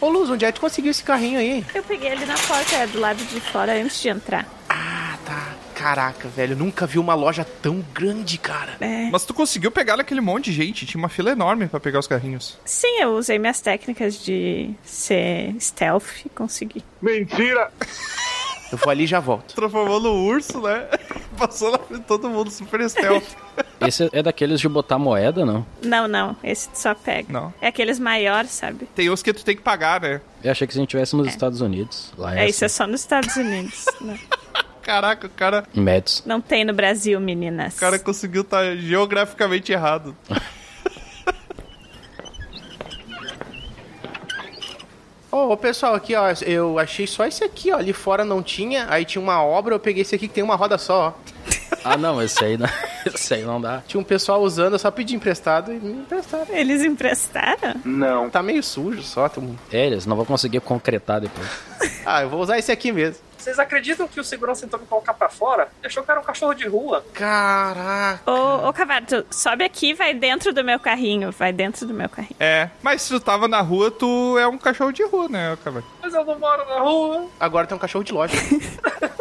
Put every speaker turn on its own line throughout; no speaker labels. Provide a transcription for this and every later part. Ô, Luz, onde é que tu conseguiu esse carrinho aí?
Eu peguei ele na porta, é do lado de fora, antes de entrar.
Ah, tá. Caraca, velho, nunca vi uma loja tão grande, cara.
É.
Mas tu conseguiu pegar aquele monte de gente, tinha uma fila enorme pra pegar os carrinhos.
Sim, eu usei minhas técnicas de ser stealth e consegui.
Mentira!
Eu vou ali e já volto.
Transformou no urso, né? Passou na frente de todo mundo, super stealth.
Esse é daqueles de botar moeda, não?
Não, não, esse tu só pega.
Não.
É aqueles maiores, sabe?
Tem os que tu tem que pagar, né?
Eu achei que se a gente tivesse nos Estados Unidos, lá
É,
é,
isso é
assim,
só nos Estados Unidos. né?
Caraca, o cara,
em Médici.
Não tem no Brasil, meninas.
o cara conseguiu estar geograficamente errado.
Ô, ô, pessoal, aqui, ó, eu achei só esse aqui, ó. Ali fora não tinha, aí tinha uma obra, eu peguei esse aqui que tem uma roda só, ó.
Ah, não, esse aí não, esse aí não dá.
Tinha um pessoal usando, eu só pedi emprestado e me emprestaram.
Eles emprestaram?
Não.
Tá meio sujo só. Tem... um-
É, eles não vão conseguir concretar depois.
Ah, eu vou usar esse aqui mesmo.
Vocês acreditam que o segurança tentou me colocar pra fora? Achou que era um cachorro de rua.
Caraca.
Ô, ô Cavalo, tu sobe aqui e vai dentro do meu carrinho. Vai dentro do meu carrinho.
É, mas se tu tava na rua, tu é um cachorro de rua, né, cara?
Mas eu não moro na rua.
Agora tem um cachorro de loja.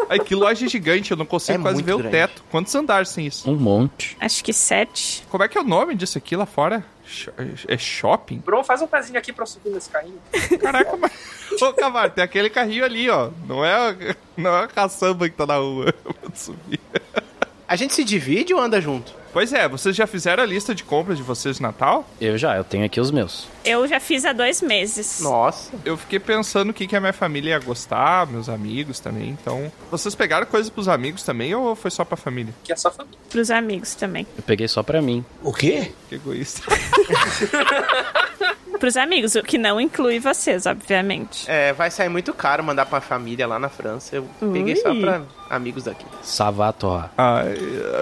Aí que loja é gigante, eu não consigo
É
quase
muito
ver o
grande.
teto. Quantos andares tem isso?
Um monte.
Acho que sete.
Como é que é o nome disso aqui lá fora? Sho- É shopping?
Bron, faz um pezinho aqui pra eu subir nesse carrinho.
Caraca, mas... Ô, Camargo, tem aquele carrinho ali, ó. Não é, não é a caçamba que tá na rua. pra tu subir.
A gente se divide ou anda junto?
Pois é, vocês já fizeram a lista de compras de vocês de Natal?
Eu já, eu tenho aqui os meus.
Eu já fiz há dois meses.
Nossa.
Eu fiquei pensando o que, que a minha família ia gostar, meus amigos também, então... Vocês pegaram coisa pros amigos também ou foi só pra família?
Que é só família.
Pros amigos também.
Eu peguei só pra mim.
O quê?
Que egoísta.
Pros amigos, o que não inclui vocês, obviamente.
É, vai sair muito caro mandar pra família lá na França. Eu peguei só pra amigos daqui.
Savator.
Ai,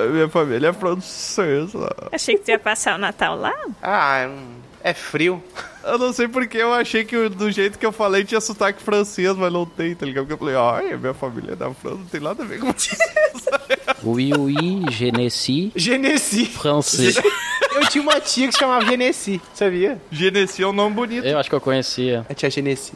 a minha família é francesa.
Achei que tu ia passar o Natal lá.
Ah, é um- é frio.
Eu não sei porque eu achei que eu- do jeito que eu falei tinha sotaque francês, mas não tem, tá ligado? Porque eu falei, ai, minha família é da França, não tem nada a ver com isso.
Oui, oui, Genesi,
Genesi.
francês.
Eu tinha uma tia que se chamava Genesi, sabia?
Genesi é um nome bonito.
Eu acho que eu conhecia.
A tia Genesi.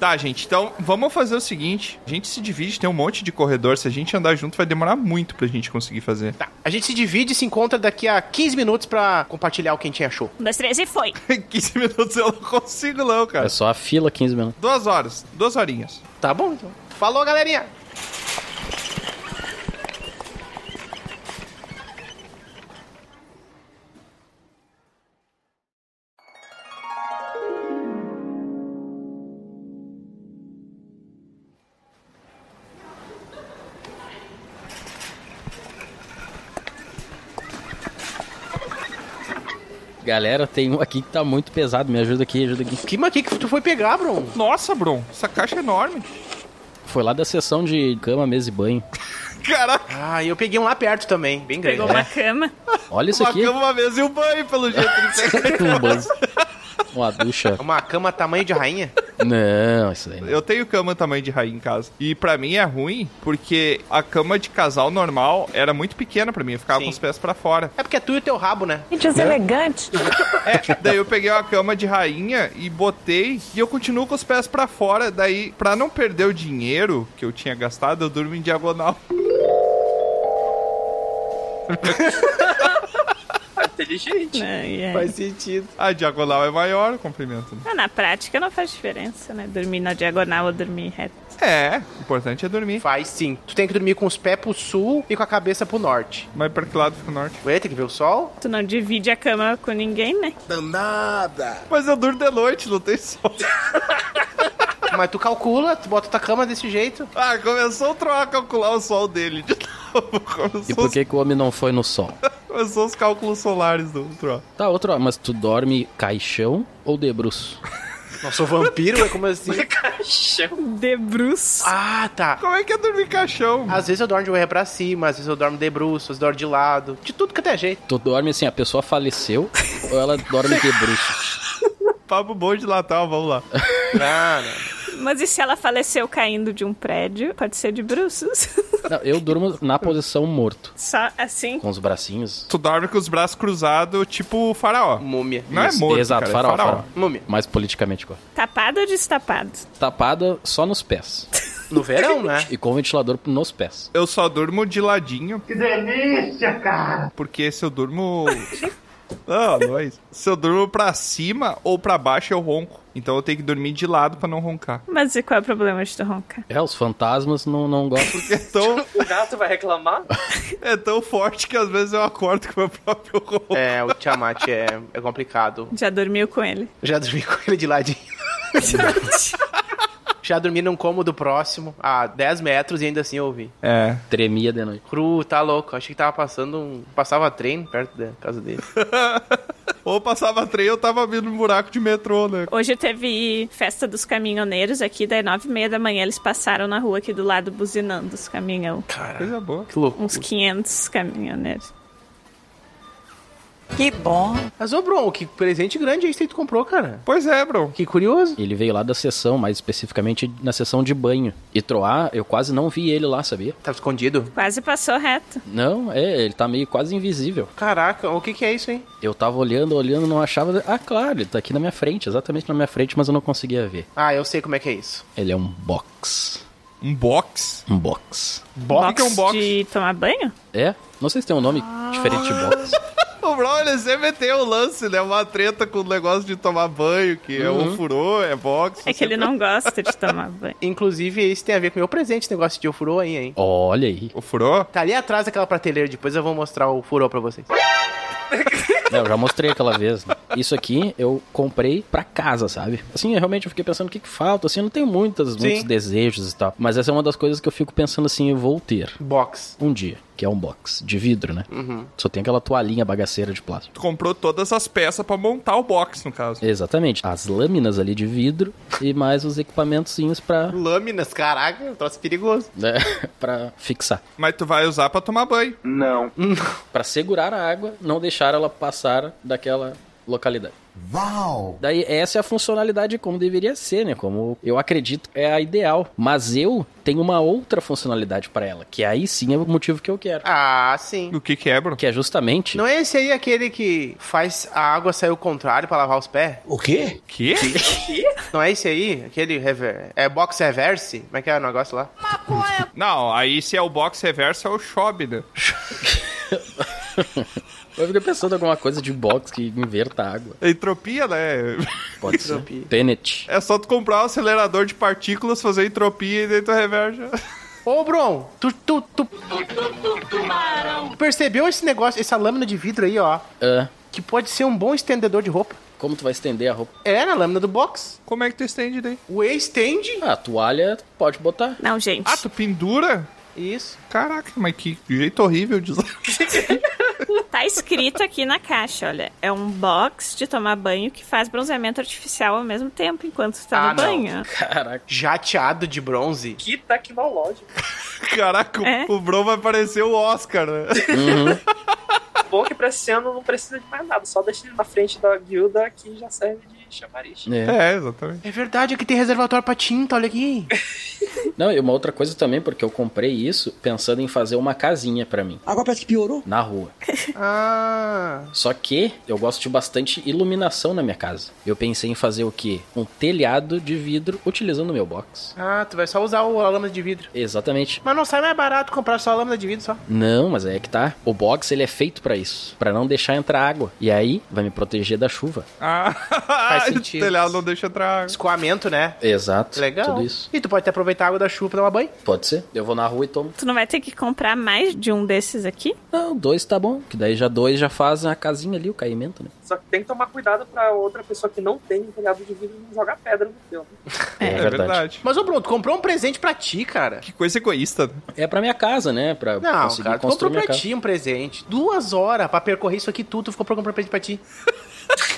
Tá, gente, então vamos fazer o seguinte: a gente se divide, tem um monte de corredor. Se a gente andar junto, vai demorar muito pra gente conseguir fazer.
Tá. A gente se divide e se encontra daqui a 15 minutos pra compartilhar o que a gente achou.
Um, dois, três e foi.
15 minutos eu não consigo, não, cara.
É só a fila 15 minutos.
Duas horas, duas horinhas.
Tá bom, então. Falou, galerinha.
Galera, tem um aqui que tá muito pesado. Me ajuda aqui, ajuda aqui.
Que maqui que tu foi pegar, Bruno?
Nossa, Bron, essa caixa é enorme.
Foi lá da sessão de cama, mesa e banho.
Caraca,
Ah, eu peguei um lá perto também, bem grande. né?
Pegou uma cama.
Olha isso
uma
aqui.
cama, uma mesa e um banho, pelo jeito. Ele pega-
Um banho. Uma ducha.
Uma cama tamanho de rainha?
Não, isso aí não.
Eu tenho cama tamanho de rainha em casa. E pra mim é ruim, porque a cama de casal normal era muito pequena pra mim. Eu ficava
Sim.
com os pés pra fora.
É porque é tu e o teu rabo, né?
Gente, os elegantes.
É, daí eu peguei uma cama de rainha e botei. E eu continuo com os pés pra fora. Daí, pra não perder o dinheiro que eu tinha gastado, eu durmo em diagonal.
Ah, inteligente.
Faz sentido.
A diagonal é maior o comprimento. né?
Na prática não faz diferença, né? Dormir na diagonal ou dormir reto.
É, o importante é dormir.
Faz sim. Tu tem que dormir com os pés pro sul e com a cabeça pro norte.
Mas pra que lado fica o norte?
Ué, tem que ver o sol?
Tu não divide a cama com ninguém, né?
Danada!
Mas eu durmo de noite, não tem sol.
Mas tu calcula, tu bota tua cama desse jeito.
Ah, começou a calcular o sol dele de novo.
E
Começou,
por que, que o homem não foi no sol?
os, começou os cálculos solares do Tro.
Tá, outro, ó, mas tu dorme caixão ou debruço?
Não sou vampiro, é como assim?
Caixão.
Debruço.
Ah, tá.
Como é que é dormir em caixão?
Às vezes eu dormo de orelha pra cima, às vezes eu dormo de bruços, às vezes eu dormo de lado. De tudo que até jeito.
Tu dorme assim, a pessoa faleceu ou ela dorme debruço?
Papo bom de Natal, vamos lá.
Ah, Não, não.
Mas e se ela faleceu caindo de um prédio? Pode ser de bruços.
Não, eu durmo na posição morto.
Só assim.
Com os bracinhos.
Tu dorme com os braços cruzados, tipo o faraó.
Múmia.
Não é
Isso,
morto,
Exato,
cara, é
farol,
faraó.
farol.
Múmia.
Mais politicamente correto.
Tapado ou destapado?
Tapada só nos pés.
No verão, né?
É.
E com o ventilador nos pés.
Eu só durmo de ladinho. Que delícia, cara! Porque se eu durmo. Ah, não é isso. Se eu durmo pra cima ou pra baixo, eu ronco. Então eu tenho que dormir de lado pra não roncar.
Mas e qual é o problema de tu roncar?
É, os fantasmas não, não gostam.
Porque é tão,
O gato vai reclamar?
é tão forte que às vezes eu acordo com o meu próprio ronco.
É, o Tiamat é, é complicado.
Já dormiu com ele?
Já dormi com ele de ladinho. Já dormi num cômodo próximo, a 10 metros, e ainda assim eu ouvi.
É.
Tremia de noite.
Cru, tá louco. Achei que tava passando um. Passava trem perto da casa dele.
Ou passava trem, eu tava vindo um buraco de metrô, né?
Hoje teve festa dos caminhoneiros aqui, daí nove e meia da manhã eles passaram na rua aqui do lado buzinando os caminhão.
Cara,
Coisa boa.
que louco.
Uns 500 caminhoneiros.
Que bom.
Mas ô, Bron, que presente grande é esse que tu comprou, cara.
Pois é, bro.
Que curioso.
Ele veio lá da sessão, mais especificamente na sessão de banho. E Troar, eu quase não vi ele lá, sabia?
Tava Tá escondido.
Quase passou reto.
Não, é, ele tá meio quase invisível.
Caraca, o que que é isso, hein?
Eu tava olhando, olhando, não achava. Ah, claro, ele tá aqui na minha frente, exatamente na minha frente, mas eu não conseguia ver.
Ah, eu sei como é que é isso.
Ele é um box.
Um box?
Um box.
Box? O que é um box?
de tomar banho?
É? Não sei se tem um nome diferente de box.
O Brown, ele sempre tem o lance, né? Uma treta com o negócio de tomar banho, que é um furô, é box.
É que ele não gosta de tomar banho.
Inclusive, isso tem a ver com o meu presente, esse negócio de ofurô aí, hein?
Olha aí.
O furô?
Tá ali atrás daquela prateleira, depois eu vou mostrar o furô pra vocês.
É, eu já mostrei aquela vez. né? Isso aqui eu comprei pra casa, sabe? Assim, eu realmente eu fiquei pensando o que, que falta. Assim, eu não tenho muitas, muitos
Sim.
desejos e tal. Mas essa é uma das coisas que eu fico pensando assim, eu vou ter
Box.
um dia, que é um box de vidro, né?
Uhum.
Só tem aquela toalhinha bagaceira de plástico.
Tu comprou todas as peças pra montar o box, no caso.
Exatamente. As lâminas ali de vidro e mais os equipamentozinhos pra,
Lâminas, caraca, um troço perigoso.
né, pra fixar.
Mas tu vai usar pra tomar banho.
Pra segurar a água, não deixar ela passar daquela localidade. Uau! Daí essa é a funcionalidade como deveria ser, né? Como eu acredito é a ideal. Mas eu tenho uma outra funcionalidade pra ela, que aí sim é o motivo que eu quero.
Ah, sim.
O que quebra?
Que é justamente
Não é esse aí aquele que faz a água sair o contrário pra lavar os pés?
O quê?
Não é esse aí? Aquele rever... é box reverse? Como é que é o negócio lá?
Não, aí se é o box reverso, é o shob, né?
eu fico pensando em alguma coisa de box que inverta a água.
É Entropia, né?
Pode ser.
Entropia.
Tenet.
É só tu comprar um acelerador de partículas, fazer entropia e daí tu reverge.
Ô, Bron, tu, tu, tu... Percebeu esse negócio, essa lâmina de vidro aí, ó?
Ah,
Que pode ser um bom estendedor de roupa.
como tu vai estender a roupa?
É, na lâmina do box.
Como é que tu estende daí?
O estende.
Ah, a toalha tu pode botar.
Não, gente.
Ah, tu pendura?
Isso.
Caraca, mas que jeito horrível de usar.
Tá escrito aqui na caixa, olha. É um box de tomar banho que faz bronzeamento artificial ao mesmo tempo enquanto tu tá
Ah,
no
não.
banho.
Caraca.
Jateado de bronze.
Que tecnológico.
Caraca, o-
É.
o Bro vai parecer o Oscar, né?
Tá Bom que pra esse ano não precisa de mais nada, só deixa ele na frente da guilda que já serve de chamariz.
É.
É, exatamente.
É verdade, aqui tem reservatório pra tinta, olha aqui.
Não, e uma outra coisa também, porque eu comprei isso pensando em fazer uma casinha pra mim,
Agora parece que piorou.
na rua.
Ah.
Só que eu gosto de bastante iluminação na minha casa. Eu pensei em fazer o quê? Um telhado de vidro utilizando o meu box.
Ah, tu vai só usar o- a lâmina de vidro.
Exatamente.
Mas não sai mais barato comprar só a lâmina de vidro só.
Não, mas aí é que tá. O box ele é feito pra isso, Pra não deixar entrar água. E aí vai me proteger da chuva.
Ah,
sentido.
O telhado não deixa entrar água.
Escoamento, né?
Exato.
Legal.
Tudo isso.
E tu pode até aproveitar a água da chuva pra tomar banho.
Pode ser. Eu vou na rua e tomo.
Tu não vai ter que comprar mais de um desses aqui?
Não, dois tá bom, que daí já dois já fazem a casinha ali, o caimento, né?
Só que tem que tomar cuidado pra outra pessoa que não tem um telhado de vidro não jogar pedra no teu. né?
É,
Mas, ô, Bruno, tu comprou um presente pra ti, cara.
Que coisa egoísta. né?
É pra minha casa, né? Pra
Não,
conseguir
cara, tu
construir
comprou
minha
pra
casa.
ti um presente. Duas horas pra percorrer isso aqui tudo, tu ficou pra comprar um presente pra ti.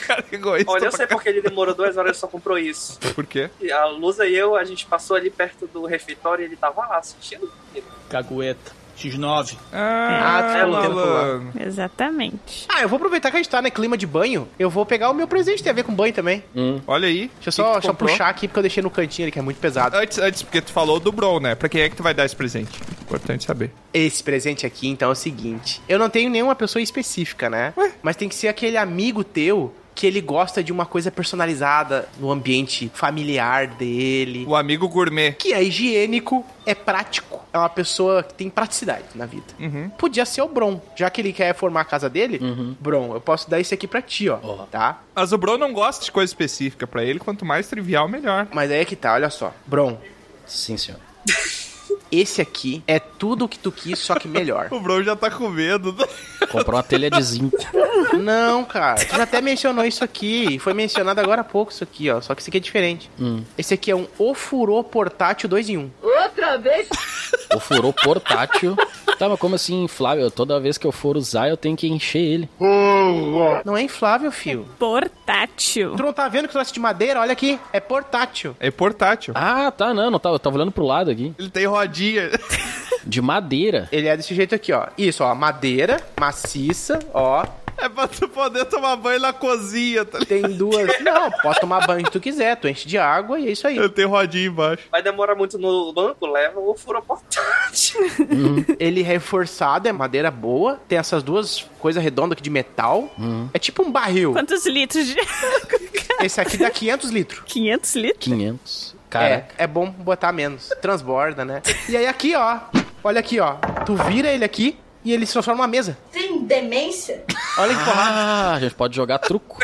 Cara, egoísta.
Olha, eu
pra
sei porque ele demorou duas horas e só comprou isso.
c- Por quê?
E a Lusa e eu, a gente passou ali perto do refeitório e ele tava lá assistindo.
Cagueta.
X9.
Ah,
Ah, tu falou.
malandro.
Exatamente.
Ah, eu vou aproveitar que a gente tá, né? Clima de banho. Eu vou pegar o meu presente, tem a ver com banho também.
Hum.
Olha aí.
Deixa eu
O que
só,
que tu
só
comprou?
puxar aqui, porque eu deixei no cantinho ali, que é muito pesado.
Antes, antes, porque tu falou do Bron, né? Pra quem é que tu vai dar esse presente? Importante saber.
Esse presente aqui, então, é o seguinte. Eu não tenho nenhuma pessoa específica, né? Mas tem que ser aquele amigo teu que ele gosta de uma coisa personalizada no ambiente familiar dele.
O amigo gourmet.
Que é higiênico, é prático. É uma pessoa que tem praticidade na vida.
Uhum.
Podia ser o Bron. Já que ele quer formar a casa dele, Bron, eu posso dar esse aqui pra ti, ó.
Ó.
Tá?
Mas o Bron não gosta de coisa específica pra ele, quanto mais trivial, melhor.
Mas aí é que tá, olha só. Bron,
Sim, senhor.
esse aqui é tudo o que tu quis, só que melhor.
O Bron já tá com medo.
Comprou uma telha de zinco.
Não, cara. Tu já até mencionou isso aqui. Foi mencionado agora há pouco isso aqui, ó. Só que isso aqui é diferente.
Hum.
Esse aqui é um ofurô portátil 2 em 1.
O furou portátil. Tá, mas como assim inflável? Toda vez que eu for usar, eu tenho que encher ele.
Não é inflável, fio.
Portátil.
Tu não tá vendo que o troço de madeira? Olha aqui. É portátil.
É portátil.
Ah, tá, não, não tá, eu tava olhando pro lado aqui.
Ele tem rodinha.
De madeira.
Ele é desse jeito aqui, ó. Isso, ó. Madeira, maciça, ó.
É pra tu poder tomar banho na cozinha, tá ligado?
Tem duas. Não, pode tomar banho que tu quiser. Tu enche de água e é isso aí.
Eu tenho rodinha embaixo.
Vai demorar muito no banco, leva o furo portátil.
Ele é reforçado, é madeira boa. Tem essas duas coisas redondas aqui de metal. É tipo um barril.
Quantos litros de.
Esse aqui dá 500 litros.
500 litros?
500. Caraca.
É, é bom botar menos. Transborda, né? E aí aqui, ó. Olha aqui, ó. Tu vira ele aqui e ele se transforma numa mesa.
Tem demência?
Olha que porrada.
Ah, a gente pode jogar truco.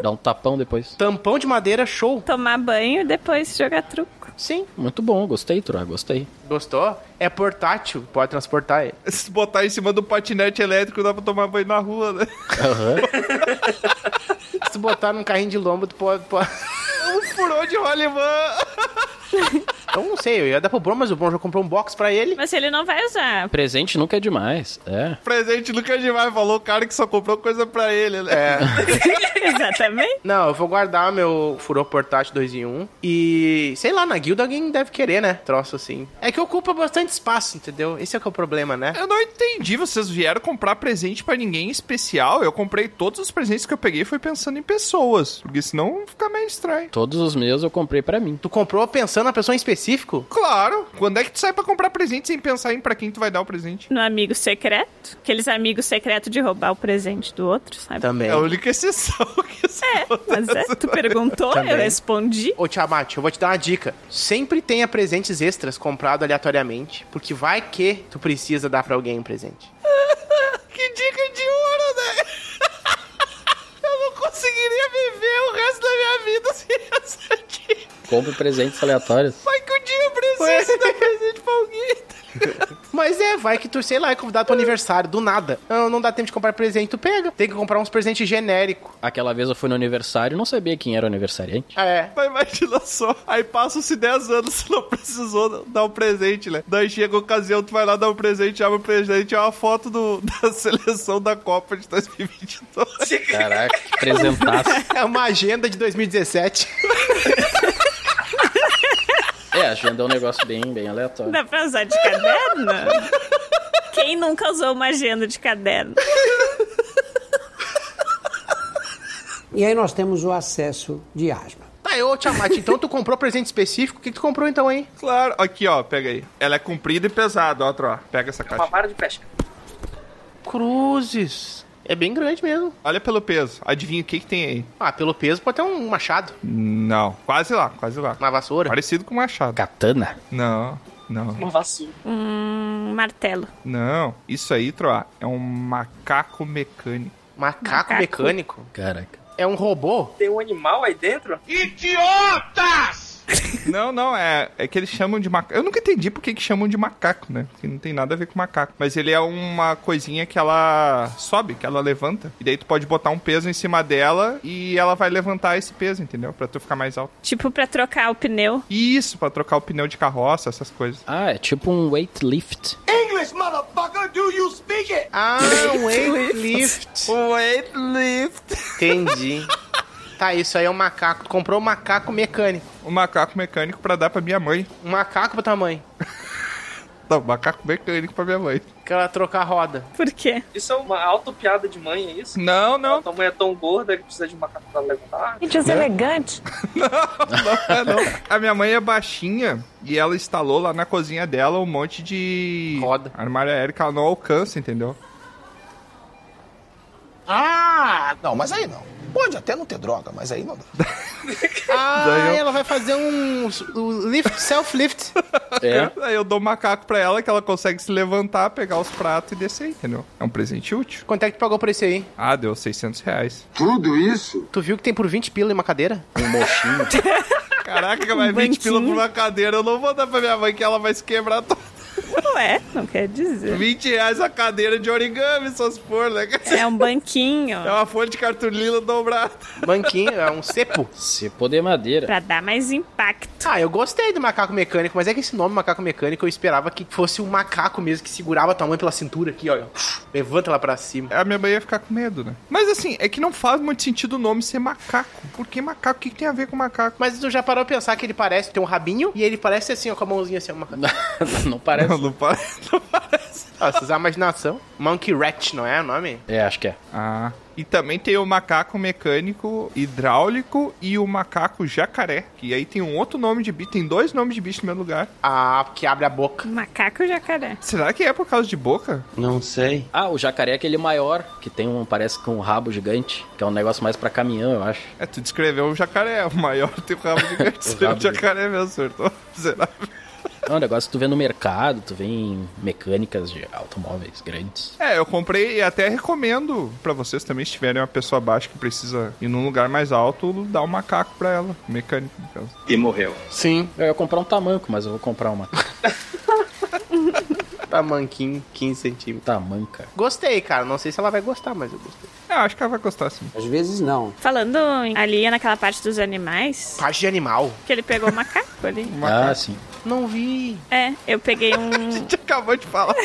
Dá um tapão depois.
Tampão de madeira, show.
Tomar banho e depois jogar truco.
Sim.
Muito bom, gostei, Troa, gostei.
Gostou? É portátil, pode transportar ele.
Se botar em cima do patinete elétrico, dá pra tomar banho na rua, né?
Aham.
Se tu botar num carrinho de lombo, tu pode... pode...
Um furou de rolimã.
Eu Então, não sei, eu ia dar pro Bron, mas o Bron já comprou um box pra ele.
Mas ele não vai usar.
Presente nunca é demais. É.
Presente nunca demais, falou o cara que só comprou coisa pra ele, né? É.
Exatamente.
Não, eu vou guardar meu furô portátil 2 em 1 e, sei lá, na guilda alguém deve querer, né? Troço assim. É que ocupa bastante espaço, entendeu? Esse é que é o problema, né?
Eu não entendi, vocês vieram comprar presente pra ninguém especial. Eu comprei todos os presentes que eu peguei foi pensando em pessoas, porque senão fica meio estranho.
Todos os meus eu comprei pra mim.
Tu comprou pensando na pessoa em específico?
Claro, quando é que tu sai pra comprar presente sem pensar em pra quem tu vai dar o presente?
No amigo secreto. Aqueles amigos secretos de roubar o presente do outro, sabe?
Também.
É a única exceção que isso
É, mas é, tu perguntou, eu
Também.
respondi.
Ô, Tiamat, eu vou te dar uma dica. Sempre tenha presentes extras comprado aleatoriamente, porque vai que tu precisa dar pra alguém um presente.
Que dica de ouro, né? Eu não conseguiria viver o resto da minha vida sem essa dica.
Compre presentes aleatórios.
Vai que um dia eu preciso dar presente pra alguém.
Mas é, vai que tu, sei lá, é convidado pro aniversário, do nada. Não, não dá tempo de comprar presente, tu pega. Tem que comprar uns presentes genéricos.
Aquela vez eu fui no aniversário, não sabia quem era o aniversariante.
É.
Mas imagina só, aí passam-se 10 anos, você não precisou dar um presente, né? Daí chega a ocasião, tu vai lá dar um presente, abre o presente, é uma foto do- da seleção da Copa de 2022.
Caraca, que presentaço.
É uma agenda de 2017.
É, agenda é um negócio bem, bem aleatório.
Dá pra usar "Ah, de caderno? Quem nunca usou uma agenda de caderno?
E aí nós temos o acesso de asma.
Tá, eu, Tiamat, então tu comprou presente específico? O que, que tu comprou então, hein?
Claro, aqui ó, pega aí. Ela é comprida e pesada, ó, Tro, pega essa
Uma
caixa.
vara de pesca.
Cruzes. É bem grande mesmo.
Olha pelo peso, adivinha o que que tem aí?
Ah, pelo peso pode ter um machado,
Não, quase lá, quase lá.
uma vassoura.
Parecido com um machado.
Katana?
Não, não,
Uma vassoura.
Um martelo.
não. Isso aí, Troá, é um macaco mecânico.
Macaco,
Macaco.
mecânico.
Caraca.
É um robô?
Tem um animal aí dentro?
Não, não, é, é que eles chamam de macaco. Eu nunca entendi por que que chamam de macaco, né? Porque não tem nada a ver com macaco. Mas ele é uma coisinha que ela sobe, que ela levanta. E daí tu pode botar um peso em cima dela e ela vai levantar esse peso, entendeu? Pra tu ficar mais alto.
Tipo pra trocar o pneu.
Isso, pra trocar o pneu de carroça, essas coisas.
Ah, é tipo um weightlift.
Ah, um weightlift.
um
Weightlift.
Entendi. Tá, isso aí é um macaco. Tu comprou um macaco mecânico.
Um O macaco mecânico pra dar pra minha mãe.
Um macaco pra tua mãe.
Não, macaco mecânico pra minha mãe.
Que ela troca a roda.
Por quê?
Isso é uma autopiada de mãe, é isso?
Não, não.
Tua mãe é tão gorda que precisa de um macaco pra levantar.
Gente, os elegantes.
não, não. A minha mãe é baixinha e ela instalou lá na cozinha dela um monte de.
Roda.
Armário aéreo que ela não alcança, entendeu?
Ah, não, mas aí não. Pode até não ter droga, mas aí não dá.
Ah,
Daí eu-
ela vai fazer um um lift, self-lift.
É.
Aí eu dou um macaco pra ela que ela consegue se levantar, pegar os pratos e descer, entendeu? É um presente útil.
Quanto é que tu pagou por isso aí?
Ah, deu 600 reais.
Tu viu que tem por 20 pila em uma cadeira?
Um mochinho.
Caraca, mas 20 pila por uma cadeira. Eu não vou dar pra minha mãe que ela vai se quebrar. toda.
Não é, não quer dizer.
20 reais a cadeira de origami, suas for, né?
É um banquinho
É uma folha de cartolina dobrada.
Banquinho, é um cepo.
Se poder madeira.
pra dar mais impacto.
Ah, eu gostei do macaco mecânico, mas é que esse nome macaco mecânico eu esperava que fosse um macaco mesmo que segurava tua mãe pela cintura aqui, ó. Levanta ela pra cima.
É, A minha mãe ia ficar com medo, né? Mas assim, é que não faz muito sentido o nome ser macaco. Por que macaco? O que, que tem a ver com macaco?
Mas tu já parou pra pensar que ele parece ter um rabinho e ele parece assim, ó, com a mãozinha assim, ó, uma...
não parece.
Não, não parece, não parece.
Ó, vocês a Ah, imaginação. Monkey Rat, não é o nome?
É, acho que é.
Ah. E também tem o macaco mecânico hidráulico e o macaco jacaré. Que aí tem um outro nome de bicho. Tem dois nomes de bicho no meu lugar.
Ah, que abre a boca.
Macaco e jacaré.
Será que é por causa de boca?
Ah, o jacaré é aquele maior, que tem um, parece com um rabo gigante, que é um negócio mais pra caminhão, eu acho.
É, tu descreveu um jacaré. O maior tem o rabo gigante. Seria um
rabo gigante.
jacaré mesmo, surtou. Será?
É um negócio que tu vê no mercado, tu vê em mecânicas de automóveis grandes.
É, eu comprei e até recomendo pra vocês também, se tiverem uma pessoa baixa que precisa ir num lugar mais alto, dar um macaco pra ela, um mecânico. no caso.
E morreu.
Sim.
Eu ia comprar um tamanco, mas eu vou comprar uma
Tamanquinho, 15 Tá centímetros.
tamanca.
Gostei, cara. Não sei se ela vai gostar, mas eu gostei.
É, acho que ela vai gostar sim.
Às vezes não.
Falando em- ali naquela parte dos animais,
Parte de animal.
que ele pegou o macaco ali.
Ah, sim.
Não vi.
É, eu peguei um.
gente acabou de falar.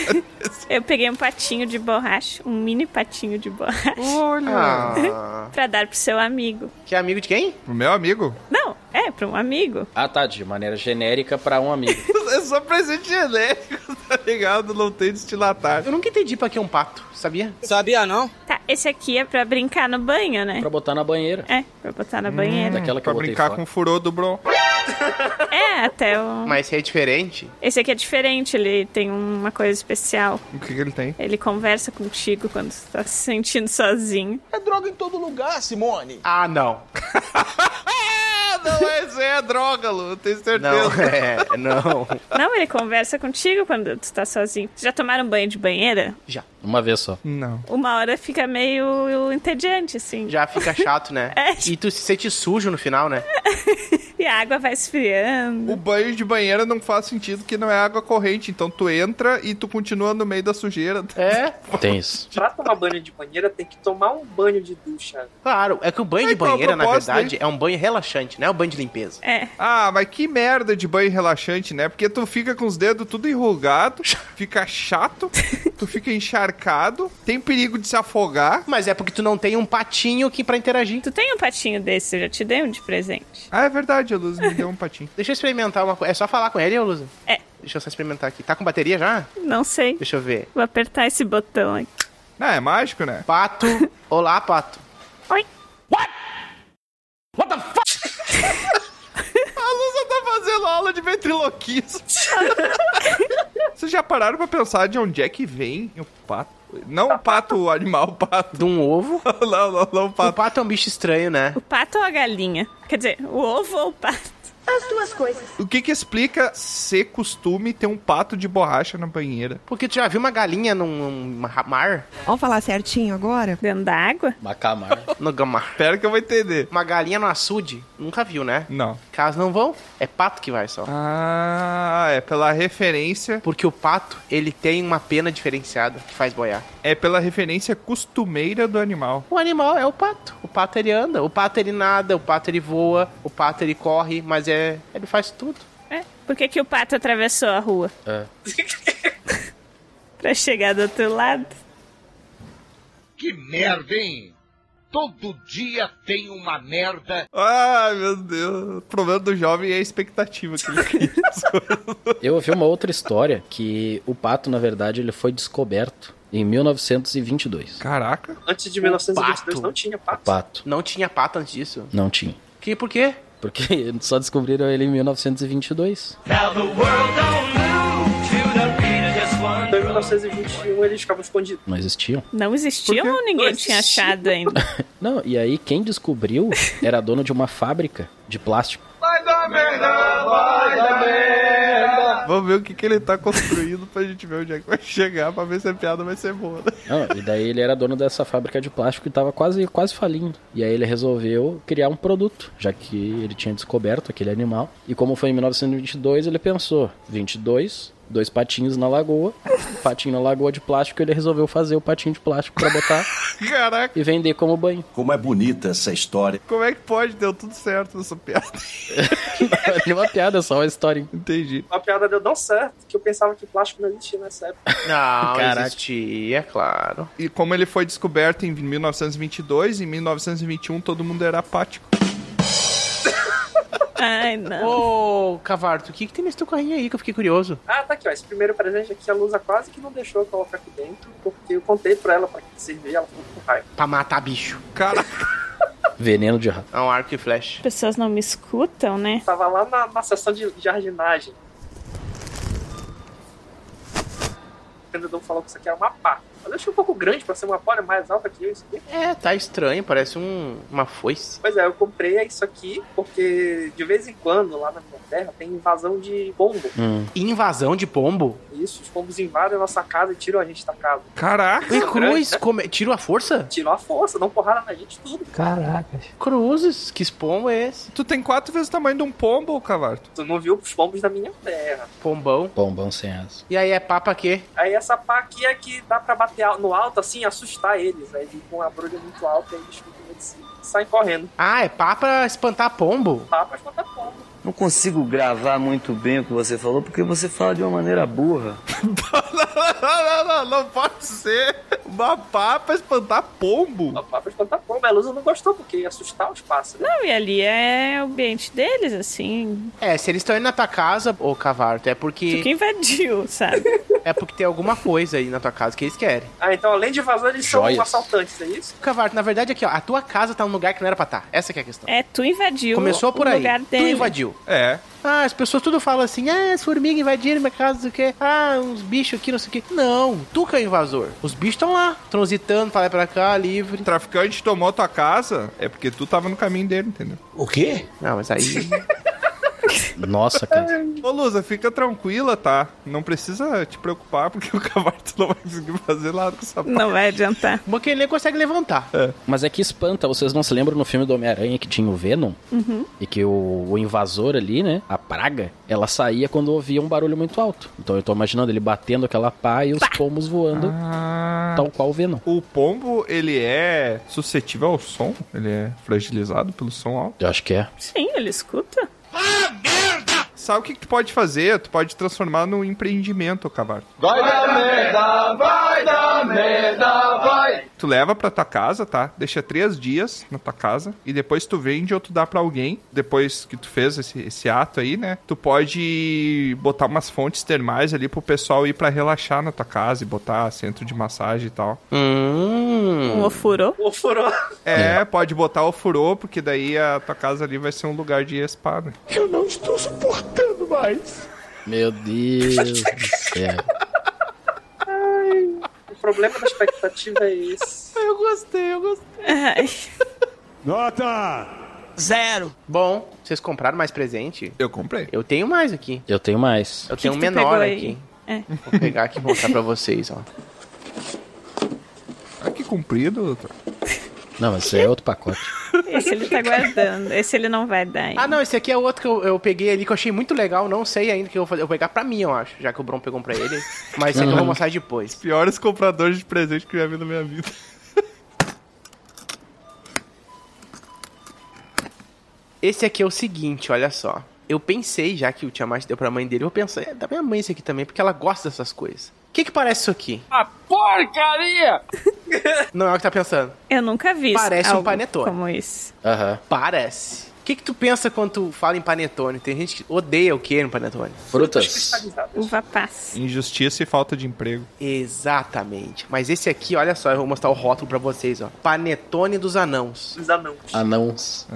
Eu peguei um patinho de borracha, um mini patinho de borracha,
Oh.
Olha.
Ah.
pra dar pro seu amigo.
que é amigo de quem?
Pro meu amigo.
Não, é, pra um amigo.
Ah, tá, de maneira genérica pra um amigo.
É só presente genérico, tá ligado? Não tem destilatário.
Eu nunca entendi pra que é um pato, sabia?
Sabia não?
Tá, esse aqui é pra brincar no banho, né?
pra botar na banheira.
É, pra botar na
Hum.
banheira.
Daquela que
É, né? pra
eu botei
brincar
fora.
com o furor do Bron.
É, até o.
Mas se é diferente.
Esse aqui é diferente, ele tem uma coisa especial.
O que, que ele tem?
Ele conversa contigo quando você tá se sentindo sozinho.
É droga em todo lugar, Simone.
Ah, não.
Ah, não, esse aí é droga, Lu. Eu tenho certeza.
Não, é, não.
Não, ele conversa contigo quando tu tá sozinho. Já tomaram banho de banheira?
Uma vez só.
Não.
Uma hora fica meio entediante, assim.
Já fica chato, né?
É.
E tu se sente sujo no final, né?
E a água vai esfriando.
O banho de banheira não faz sentido que não é água corrente. Então tu entra e tu continua no meio da sujeira.
É,
Tem isso.
Pra tomar banho de banheira, tem que tomar um banho de ducha.
claro. É que o banho
É,
de
qual é o
banheira, na
propósito,
verdade, é um banho relaxante, não é um banho de limpeza.
É,
Ah, mas que merda de banho relaxante, né? Porque tu fica com os dedos tudo enrugado, fica chato, tu fica encharcado, tem perigo de se afogar.
Mas é porque tu não tem um patinho aqui pra interagir.
tu tem um patinho desse, eu já te dei um de presente.
Ah, é verdade, a luz me deu um patinho.
Deixa eu experimentar uma coisa. É só falar com ele, ô Lusa?
É.
Deixa eu só experimentar aqui. Tá com bateria já?
Não sei.
Deixa eu ver.
Vou apertar esse botão aqui.
Não, é mágico, né?
Pato. Olá, pato.
Oi.
A Lusa tá fazendo aula de ventriloquismo. Vocês já pararam pra pensar de onde é que vem o pato? Não o pato o animal, o pato.
De um ovo.
Não, não, não, o
O
pato.
pato é um bicho estranho, né?
O pato ou a galinha? Quer dizer, o ovo ou o pato?
As duas coisas.
O que que explica ser costume ter um pato de borracha na banheira?
Porque tu já viu uma galinha num, num mar?
Vamos falar certinho agora?
Dentro da água?
Macamar.
No gamar.
Espera que eu vou entender.
Uma galinha no açude? Nunca viu, né?
Não.
Caso não vão, é pato que vai só.
Ah, é pela referência,
Porque o pato, ele tem uma pena diferenciada que faz boiar.
é pela referência costumeira do animal.
O animal é o pato. O pato ele anda, o pato ele nada, o pato ele voa, o pato ele corre, mas é. Ele faz tudo.
É. Por que, que o pato atravessou a rua?
É.
Pra chegar do outro lado?
Que merda, hein?
Todo dia tem uma merda.
Ah, meu Deus. O problema do jovem é a expectativa que ele cria.
Eu ouvi uma outra história que o pato, na verdade, ele foi descoberto em 1922.
Caraca.
Antes de 1922 não tinha pato.
Pato.
Não tinha pato antes disso.
Não tinha.
Que, por quê?
Porque só descobriram ele em 1922.
Now the world don't move to the beat of this
Então, Em 1921 eles ficavam escondidos.
Não existiam.
Não existiam ou ninguém
Não
tinha achado ainda?
Não, e aí quem descobriu era dono de uma fábrica de plástico.
Vai dar merda, vai dar merda.
Vamos ver o que, que ele tá construindo pra gente ver onde é que vai chegar, pra ver se a piada vai ser boa. né?
Não, e daí ele era dono dessa fábrica de plástico e tava quase, quase falindo. E aí ele resolveu criar um produto, já que ele tinha descoberto aquele animal. E como foi em 1922, ele pensou: 22, dois patinhos na lagoa, patinho na lagoa de plástico. Ele resolveu fazer o patinho de plástico pra botar
Caraca,
e vender como banho.
Como é bonita essa história.
como é que pode? Deu tudo certo nessa piada.
Não é nenhuma piada, é só uma história.
Entendi.
A piada deu tão certo que eu pensava que plástico não existia nessa época.
Não,
Caraca.
existia, claro.
E como ele foi descoberto em 1922, em 1921 todo mundo era apático.
Ai, não.
Ô, Cavarto, o que, que tem nesse teu carrinho aí que eu fiquei curioso?
Ah, tá aqui, ó. Esse primeiro presente aqui a Lusa quase que não deixou eu colocar aqui dentro, porque eu contei pra ela pra que servir, ela ficou com raiva.
Pra matar bicho.
Caraca,
Veneno de rato.
É um arco e flecha.
As pessoas não me escutam, né?
Tava lá na, na sessão de jardinagem. O vendedor falou que isso aqui era uma pá. Mas eu achei um pouco grande pra ser uma pá, é mais alta que eu, isso aqui.
É, tá estranho, parece um, uma foice.
Pois é, eu comprei isso aqui porque de vez em quando lá na minha terra tem invasão de pombo.
Hum.
Invasão de pombo?
Isso, os pombos invadem a nossa casa e tiram a gente da casa.
caraca.
E cruz,
grande, né?
come... tiro a força?
Tirou a força, dão porrada na gente, tudo.
Caracas.
Cruzes, que pombo é esse?
Tu tem quatro vezes o tamanho de um pombo, Cavarto.
Tu não viu os pombos da minha terra.
Pombão.
Bombão sem asa.
E aí é papa quê?
Aí essa pá aqui é que dá pra bater al- no alto, assim, assustar eles. Aí eles com a brulha muito alta, aí eles ficam meio assim, saem correndo.
Ah, é pá pra espantar pombo.
Pá, mas conta pombo.
Não consigo gravar muito bem o que você falou, porque você fala de uma maneira burra.
não, não, não, não pode ser uma pá pra espantar pombo.
A pá pra espantar pombo. A Lusa não gostou, porque ia assustar os pássaros. né?
Não, e ali é o ambiente deles, assim.
É, se eles estão indo na tua casa, ô Cavarto, é
Tu que
porque
invadiu, sabe?
é porque tem alguma coisa aí na tua casa que eles querem.
Ah, então além de invasão, eles
Joias.
são assaltantes, é isso?
Cavarto, na verdade aqui, ó, a tua casa tá num lugar que não era pra estar. Essa que é a questão.
É, tu invadiu
Começou por
o
aí.
lugar
Tu
dele.
invadiu.
É,
Ah, as pessoas tudo falam assim, ah, as formigas invadiram minha casa, não sei o quê. Ah, uns bichos aqui, não sei o quê. Não, tu que é o invasor. Os bichos estão lá, transitando pra lá e pra cá, livre.
o traficante tomou tua casa, é porque tu tava no caminho dele, entendeu?
O quê?
Não, mas aí...
Nossa, cara.
Ô, Lusa, fica tranquila, tá? Não precisa te preocupar, porque o Cavarto não vai conseguir fazer nada com essa pá.
Não vai adiantar.
Porque ele nem consegue levantar.
Mas é que espanta. Vocês não se lembram no filme do Homem-Aranha que tinha o Venom? E que o, o invasor ali, né? A praga, ela saía quando ouvia um barulho muito alto. Então eu tô imaginando ele batendo aquela pá e os pomos voando,
Ah,
tal qual o Venom.
O pombo, ele é suscetível ao som? Ele é fragilizado pelo som alto?
Eu acho que é.
Sim, ele escuta.
Sabe o que, que tu pode fazer? Tu pode transformar num empreendimento, Cavarto.
Vai dar merda, vai dar merda, vai.
Tu leva pra tua casa, tá? Deixa três dias na tua casa e depois tu vende ou tu dá pra alguém. Depois que tu fez esse, esse ato aí, né? Tu pode botar umas fontes termais ali pro pessoal ir pra relaxar na tua casa e botar centro de massagem e tal.
Hum.
Um ofurô.
O furou.
É, pode botar o furô, porque daí a tua casa ali vai ser um lugar de spa, né?
Eu não estou suportando mais.
Meu Deus do céu.
O problema da expectativa é esse.
Eu gostei, eu gostei.
Ai,
Nota! Zero.
Bom, vocês compraram mais presente?
Eu comprei.
Eu tenho mais aqui.
Eu tenho mais.
Eu
Que
tenho um
que tu
menor
pegou
aqui.
aí? É.
Vou pegar aqui e mostrar pra vocês, ó.
Ah, que comprido. tá?
Não, mas isso é outro pacote.
esse ele tá guardando. Esse ele não vai dar ainda.
Ah, não, esse aqui é outro que eu, eu peguei ali que eu achei muito legal. Não sei ainda o que eu vou fazer. Eu vou pegar pra mim, eu acho, já que o Bron pegou um pra ele. Mas esse aqui eu vou mostrar depois.
Piores compradores de presente que eu já vi na minha vida.
Esse aqui é o seguinte, olha só. Eu pensei, já que o Tiamat deu pra mãe dele, eu pensei, é da minha mãe esse aqui também, porque ela gosta dessas coisas. O que que parece isso aqui?
Porcaria!
Não é o que tá pensando.
Eu nunca vi
Parece um
algo
panetone.
como isso.
Aham.
Parece. O que, que tu pensa quando tu fala em panetone? Tem gente que odeia o que no panetone?
Frutas.
Uva passa.
Injustiça e falta de emprego.
Exatamente. Mas esse aqui, olha só, eu vou mostrar o rótulo pra vocês, ó. Panetone dos anãos.
Dos anãos.
Anãos.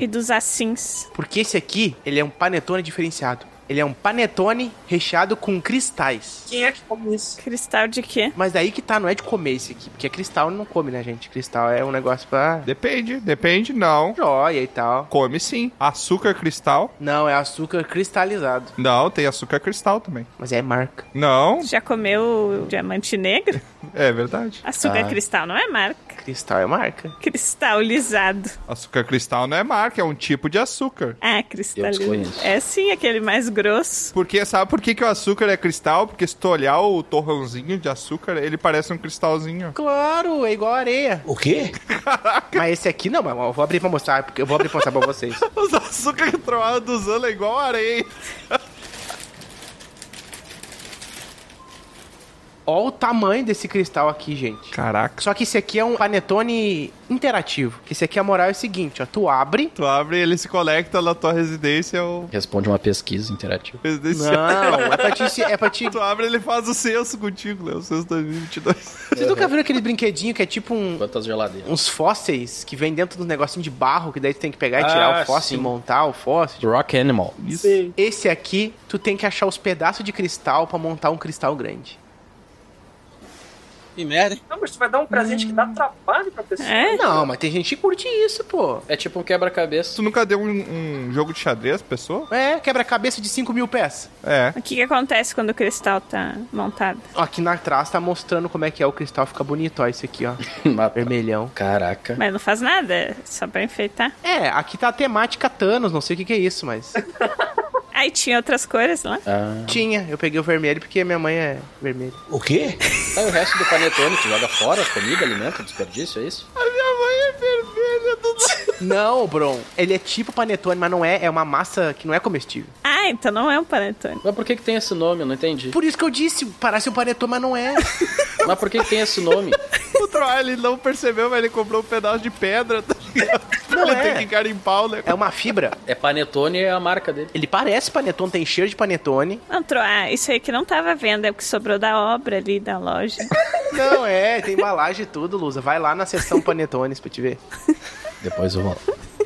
E dos assins.
Porque esse aqui, ele é um panetone diferenciado. Ele é um panetone recheado com cristais.
Quem é que come isso?
Cristal de quê?
Mas daí que tá, não é de comer esse aqui. Porque cristal não come, né, gente? Cristal é um negócio pra...
Depende, depende não.
Joia e tal.
Come sim. Açúcar cristal.
Não, é açúcar cristalizado.
Não, tem açúcar cristal também.
Mas é marca.
Não,
Já comeu diamante negro?
é verdade.
Açúcar
Ah.
cristal não é marca.
Cristal é marca.
Cristalizado.
Açúcar cristal não é marca, é um tipo de açúcar.
Ah, cristalizado.
desconheço.
É sim, aquele mais grosso.
Porque sabe por que, que o açúcar é cristal? Porque se tu olhar o torrãozinho de açúcar, ele parece um cristalzinho.
Claro, é igual a areia.
O quê?
Mas esse aqui não, mas eu vou abrir pra mostrar, porque eu vou abrir pra mostrar pra vocês.
Os açúcar que troaram dos anos é igual areia.
Olha o tamanho desse cristal aqui, gente.
Caraca.
Só que esse aqui é um panetone interativo. Que esse aqui a moral é o seguinte, ó. Tu abre.
Tu abre ele se conecta na tua residência ou
Responde uma pesquisa interativa.
residencial.
Não, é pra te. É pra te...
Tu abre ele faz o censo contigo, né? O censo 2022.
Vocês nunca viram aquele brinquedinho que é tipo um-
Quantas geladeiras?
uns fósseis que vem dentro de um negocinho de barro que daí tu tem que pegar e tirar
Ah,
o fóssil e
sim.
montar o fóssil?
Rock Animal.
Isso.
Esse aqui, tu tem que achar os pedaços de cristal pra montar um cristal grande.
Que merda, hein?
Não, mas tu vai dar um presente que dá trabalho pra pessoa.
É?
Não, mas tem gente que curte isso, pô.
É tipo um quebra-cabeça.
Tu nunca deu um, um jogo de xadrez pra pessoa?
É, quebra-cabeça de 5 mil peças.
É.
O que, que acontece quando o cristal tá montado?
Ó, Aqui na trás tá mostrando como é que é o cristal, fica bonito, ó, esse aqui, ó. Vermelhão.
Caraca.
Mas não faz nada, é só pra enfeitar.
É, aqui tá a temática Thanos, não sei o que, que é isso, mas.
Aí tinha outras cores lá.
Ah.
Tinha, eu peguei o vermelho porque minha mãe é vermelha.
O quê?
Aí o resto do panetone, tu joga fora, comida, alimento, desperdício, é isso?
Não, Bron, ele é tipo panetone, mas não é, é uma massa que não é comestível.
Ah, então não é um panetone.
Mas por que que tem esse nome? Eu não entendi.
Por isso que eu disse, parece um panetone, mas não é.
Mas por que que tem esse nome?
O Troy, ele não percebeu, mas ele comprou um pedaço de pedra, tá ligado?
Não
ele
é.
tem que carimpar o negócio.
É uma fibra.
É panetone, é a marca dele.
Ele parece panetone, tem cheiro de panetone.
Não, Tro, ah, isso aí que não tava à venda, é o que sobrou da obra ali, da loja.
Não, é, tem embalagem e tudo, Lusa. Vai lá na seção panetones pra te ver.
Depois eu vou.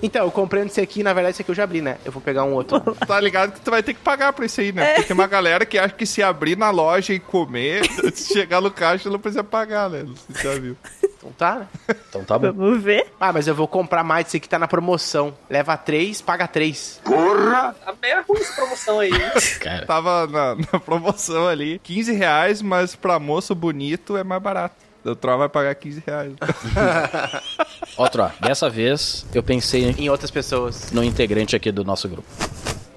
Então, eu comprei esse aqui, na verdade esse aqui eu já abri, né? Eu vou pegar um outro.
Tá ligado que tu vai ter que pagar pra isso aí,
É.
né? Porque tem uma galera que acha que se abrir na loja e comer, se chegar no caixa, não precisa pagar, né? Não sei se já viu.
Então tá, né?
Então tá bom.
Vamos ver.
Ah, mas eu vou comprar mais, esse aqui tá na promoção. Leva três, paga três.
A meia ruim essa promoção aí. hein?
Cara,
Tava na, na promoção ali, 15 reais, mas pra moço bonito é mais barato. O Troll vai pagar 15 reais.
outro, ó. Dessa vez, eu pensei
Em outras pessoas.
no integrante aqui do nosso grupo.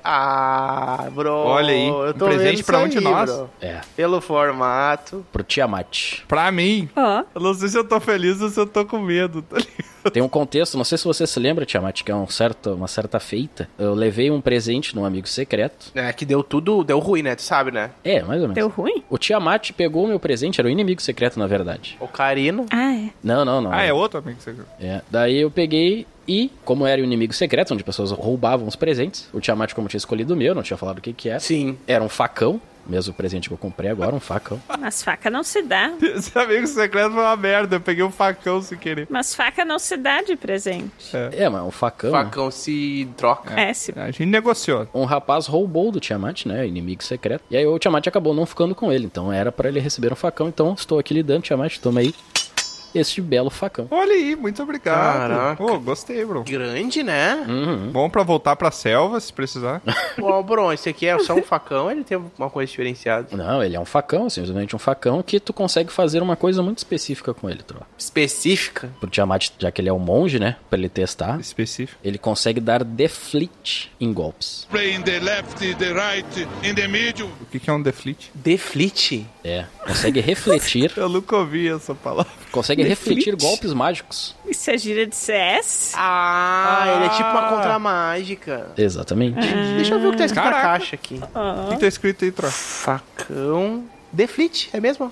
Ah, bro.
Olha aí,
eu tô
um presente
vendo
pra
isso
um de
aí,
nós.
bro.
É,
Pelo formato.
pro Tiamat.
Pra mim,
Ó,
eu não sei se eu tô feliz ou se eu tô com medo, tá ligado?
Tem um contexto, não sei se você se lembra, Tiamat, que é um certo, uma certa feita. Eu levei um presente num amigo secreto.
É, que deu tudo, deu ruim, né? Tu sabe, né?
É, mais ou menos.
deu ruim?
O Tiamat pegou o meu presente, era o inimigo secreto, na verdade.
O Carino.
Ah, é.
Não, não, não.
Ah, é outro amigo que você viu.
É, Daí eu peguei e, como era o inimigo secreto, onde pessoas roubavam os presentes, o Tiamat, como tinha escolhido o meu, não tinha falado o que que era,
Sim.
era um facão, mesmo presente que eu comprei agora, um facão.
Mas faca não se dá.
Esse amigo secreto foi uma merda, eu peguei um facão sem querer.
Mas faca não se dá de presente.
É, mas um facão, né?
Facão se troca.
É, se...
A gente negociou.
Um rapaz roubou do Tiamat, né? Inimigo secreto. E aí o Tiamat acabou não ficando com ele. Então era pra ele receber um facão. Então estou aqui lidando, Tiamat. Toma aí este belo facão.
Olha aí, muito obrigado.
Caraca.
Pô, gostei, bro.
Grande, né?
Uhum.
Bom pra voltar pra selva, se precisar.
Ó, Bron, esse aqui é só um facão, ele tem uma coisa diferenciada.
Não, ele é um facão, simplesmente um facão que tu consegue fazer uma coisa muito específica com ele, Tro.
Específica.
Pro Tiamat, já que ele é um monge, né? Pra ele testar,
Específico.
ele consegue dar deflect em golpes.
O que que é um deflite?
Deflite.
É, consegue refletir,
Eu nunca ouvi essa palavra.
consegue refletir
Deflite?
golpes mágicos.
isso é gíria de CS?
Ah, ele é tipo uma
Ah.
contra mágica.
Exatamente.
Deixa eu ver o que tá escrito na
Caraca.
caixa aqui.
O que que tá escrito aí, Tro?
Facão. Deflite, é mesmo?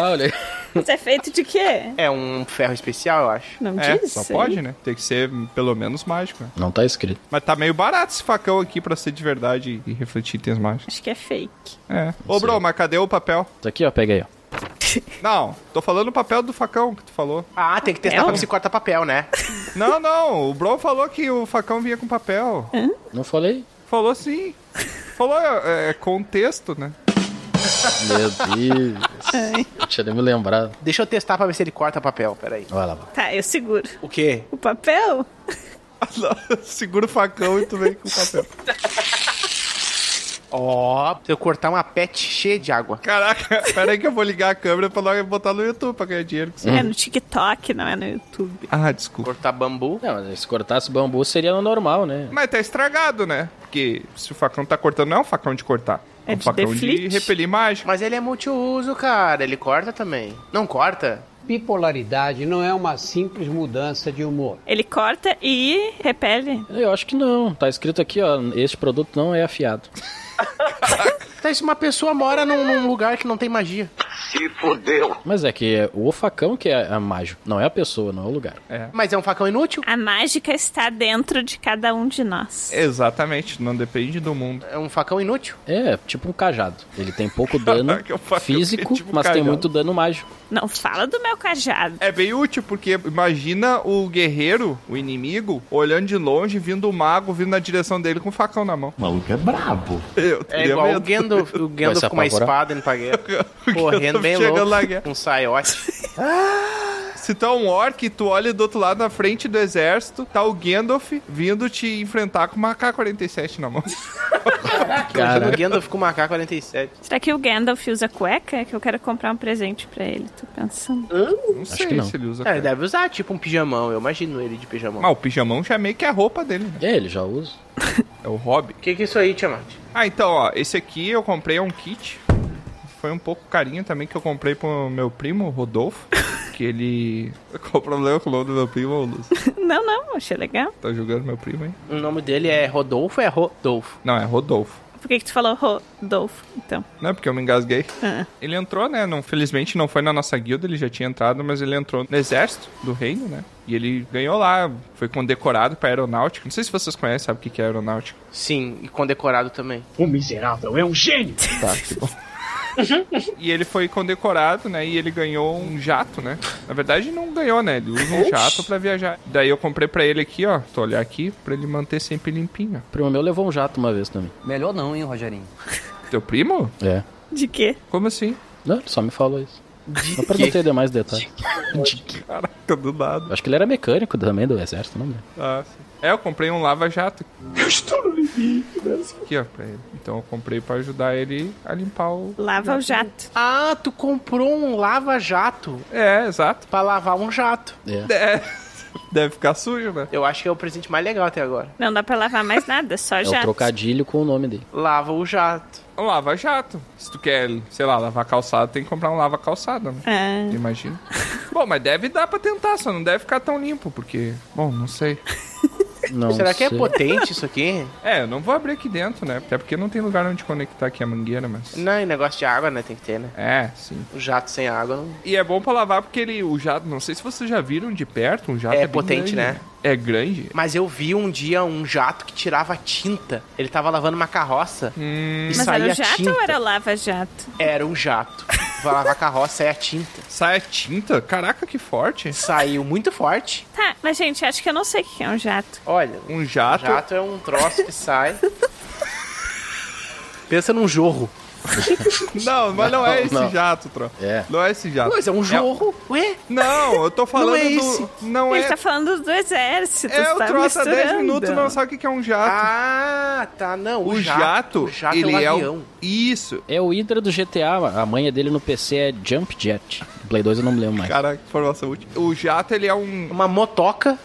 Olha.
Isso é feito de quê?
É um ferro especial, eu acho.
Não
É,
disse.
só pode, né? Tem que ser pelo menos mágico. né?
Não tá escrito.
Mas tá meio barato esse facão aqui pra ser de verdade e refletir itens mágicos.
Acho que é fake.
É. Ô, bro, mas cadê o papel?
Tá aqui, ó, pega aí, ó.
Não, tô falando o papel do facão que tu falou.
Ah, tem que testar pra ver se corta papel, né?
Não, não, o Bro falou que o facão vinha com papel.
Não falei?
Falou sim. Falou é, é, contexto, né?
Meu Deus. Eu tinha nem me lembrado.
Deixa eu testar pra ver se ele corta papel, peraí.
Vai lá.
Tá, eu seguro.
O quê?
O papel?
Segura o facão e tu vem com o papel.
Ó, se eu cortar uma pet cheia de água.
Caraca, pera aí que eu vou ligar a câmera pra logo botar no YouTube pra ganhar dinheiro com isso.
É no TikTok, não é no YouTube.
Ah, desculpa.
Cortar bambu?
Não, mas se cortasse bambu seria no normal, né?
Mas tá estragado, né? Porque se o facão tá cortando, não é um facão de cortar. É, um
de
facão de
deflite.
repelir mágico.
Mas ele é multiuso, cara. Ele corta também. Não corta?
Bipolaridade não é uma simples mudança de humor.
Ele corta e repele.
Eu acho que não. Tá escrito aqui, ó. Este produto não é afiado.
Tá, se uma pessoa mora num, num lugar que não tem magia.
Se fodeu. Mas é que é o facão que é a mágico. Não é a pessoa, não é o lugar.
É.
Mas é um facão inútil?
A mágica está dentro de cada um de nós.
Exatamente, não depende do mundo.
É um facão inútil?
É, tipo um cajado. Ele tem pouco dano
Caraca, eu falei,
físico,
tipo um
mas tem
cajado.
muito dano mágico.
Não fala do meu cajado.
É bem útil, porque imagina o guerreiro, o inimigo, olhando de longe, vindo o mago, vindo na direção dele com o facão na mão.
O maluco é brabo.
Eu
É
teria
igual o
medo.
Gandalf, o Gandalf
se
com uma
apavorar?
espada indo pra guerra. Correndo bem
chegando
louco.
na guerra.
Com um saiote.
Se tá um orc, tu olha do outro lado, na frente do exército, tá o Gandalf vindo te enfrentar com uma AK-47 na mão.
Imagina o Gandalf com uma K-47.
Será que o Gandalf usa cueca? Que eu quero comprar um presente pra ele, tô pensando.
Não
Acho
sei
que não.
se ele usa.
É,
cara.
ele deve usar tipo um pijamão. Eu imagino ele de pijamão.
Mas Ah, o pijamão já meio que é a roupa dele, né?
É, ele já usa.
É o hobby.
O que, que é isso aí, Tiamat?
Ah, então, ó, esse aqui eu comprei é um kit. Foi um pouco carinho também que eu comprei pro meu primo, Rodolfo. Que ele. Qual o problema com o nome do meu primo, ô, Luz?
Não, não, achei legal.
Tá julgando meu primo, hein?
O nome dele é Rodolfo é Rodolfo?
Não, é Rodolfo.
Por que, que tu falou Rodolfo, então?
Não é porque eu me engasguei.
Ah.
Ele entrou, né? Não, felizmente não foi na nossa guilda, ele já tinha entrado, mas ele entrou no exército do reino, né? E ele ganhou lá, foi condecorado pra aeronáutica. Não sei se vocês conhecem, sabe o que que é aeronáutica.
Sim, e condecorado também.
O miserável é um gênio.
Tá, que bom. e ele foi condecorado, né? E ele ganhou um jato, né? Na verdade, não ganhou, né? Ele usa um jato pra viajar. Daí eu comprei pra ele aqui, ó. Tô olhar aqui, pra ele manter sempre limpinho.
O primo meu levou um jato uma vez também.
Melhor não, hein, Rogerinho?
Teu primo?
É.
De quê?
Como assim?
Não, ele só me falou isso. Não perguntei demais detalhes.
Caraca, do nada.
Eu Acho que ele era mecânico também do exército, não lembro.
Ah, sim. É, eu comprei um lava-jato. Eu estou no limite, Aqui, ó, pra ele. Então eu comprei pra ajudar ele a limpar o.
Lava o jato.
Ah, tu comprou um lava-jato
É, exato.
pra lavar um jato.
É.
É. Deve ficar sujo, né?
Eu acho que é o presente mais legal até agora.
Não dá pra lavar mais nada, só
É o
jato.
trocadilho com o nome dele.
Lava o jato.
Um lava-jato. Se tu quer, sei lá, lavar calçado, tem que comprar um lava-calçada, né?
É.
Ah,
Imagina. Bom, mas deve dar pra tentar, só não deve ficar tão limpo, porque. Bom, não sei.
Não
Será que é
sei.
potente isso aqui?
É, eu não vou abrir aqui dentro, né? Até porque não tem lugar onde conectar aqui a mangueira, mas.
Não, e negócio de água, né? Tem que ter, né?
É, sim.
O jato sem água não.
E é bom pra lavar porque ele. O jato, não sei se vocês já viram de perto, um jato.
É
bem
potente,
grande,
né?
É grande.
Mas eu vi um dia um jato que tirava tinta. Ele tava lavando uma carroça e
Hum. Mas
saía
era o jato
tinta.
ou era o lava-jato?
Era um jato. Vai lavar a carroça, saia tinta.
Sai a tinta? Caraca, que forte.
Saiu muito forte.
Tá, mas gente, acho que eu não sei o que é um jato.
Olha, um
Um jato.
jato é um troço que sai. Pensa num jorro.
Não, mas não, é
Não,
esse
não.
jato, Tro.
É.
Não é esse jato.
Mas é um jorro. Ué?
Não, eu tô falando
Não é
do.
esse.
Não
Ele
é.
tá falando do exército,
É,
tu
o
tá
troço há 10
misturando.
minutos não sabe o que que é um jato.
Ah, tá. Não, o,
o jato,
O jato
ele
é um
é
avião.
o. Isso.
É o Hydra do GTA, a manha dele no PC é Jump Jet. Do Play 2 eu não me lembro mais.
Caraca, que informação útil. O jato, ele é um,
Uma motoca.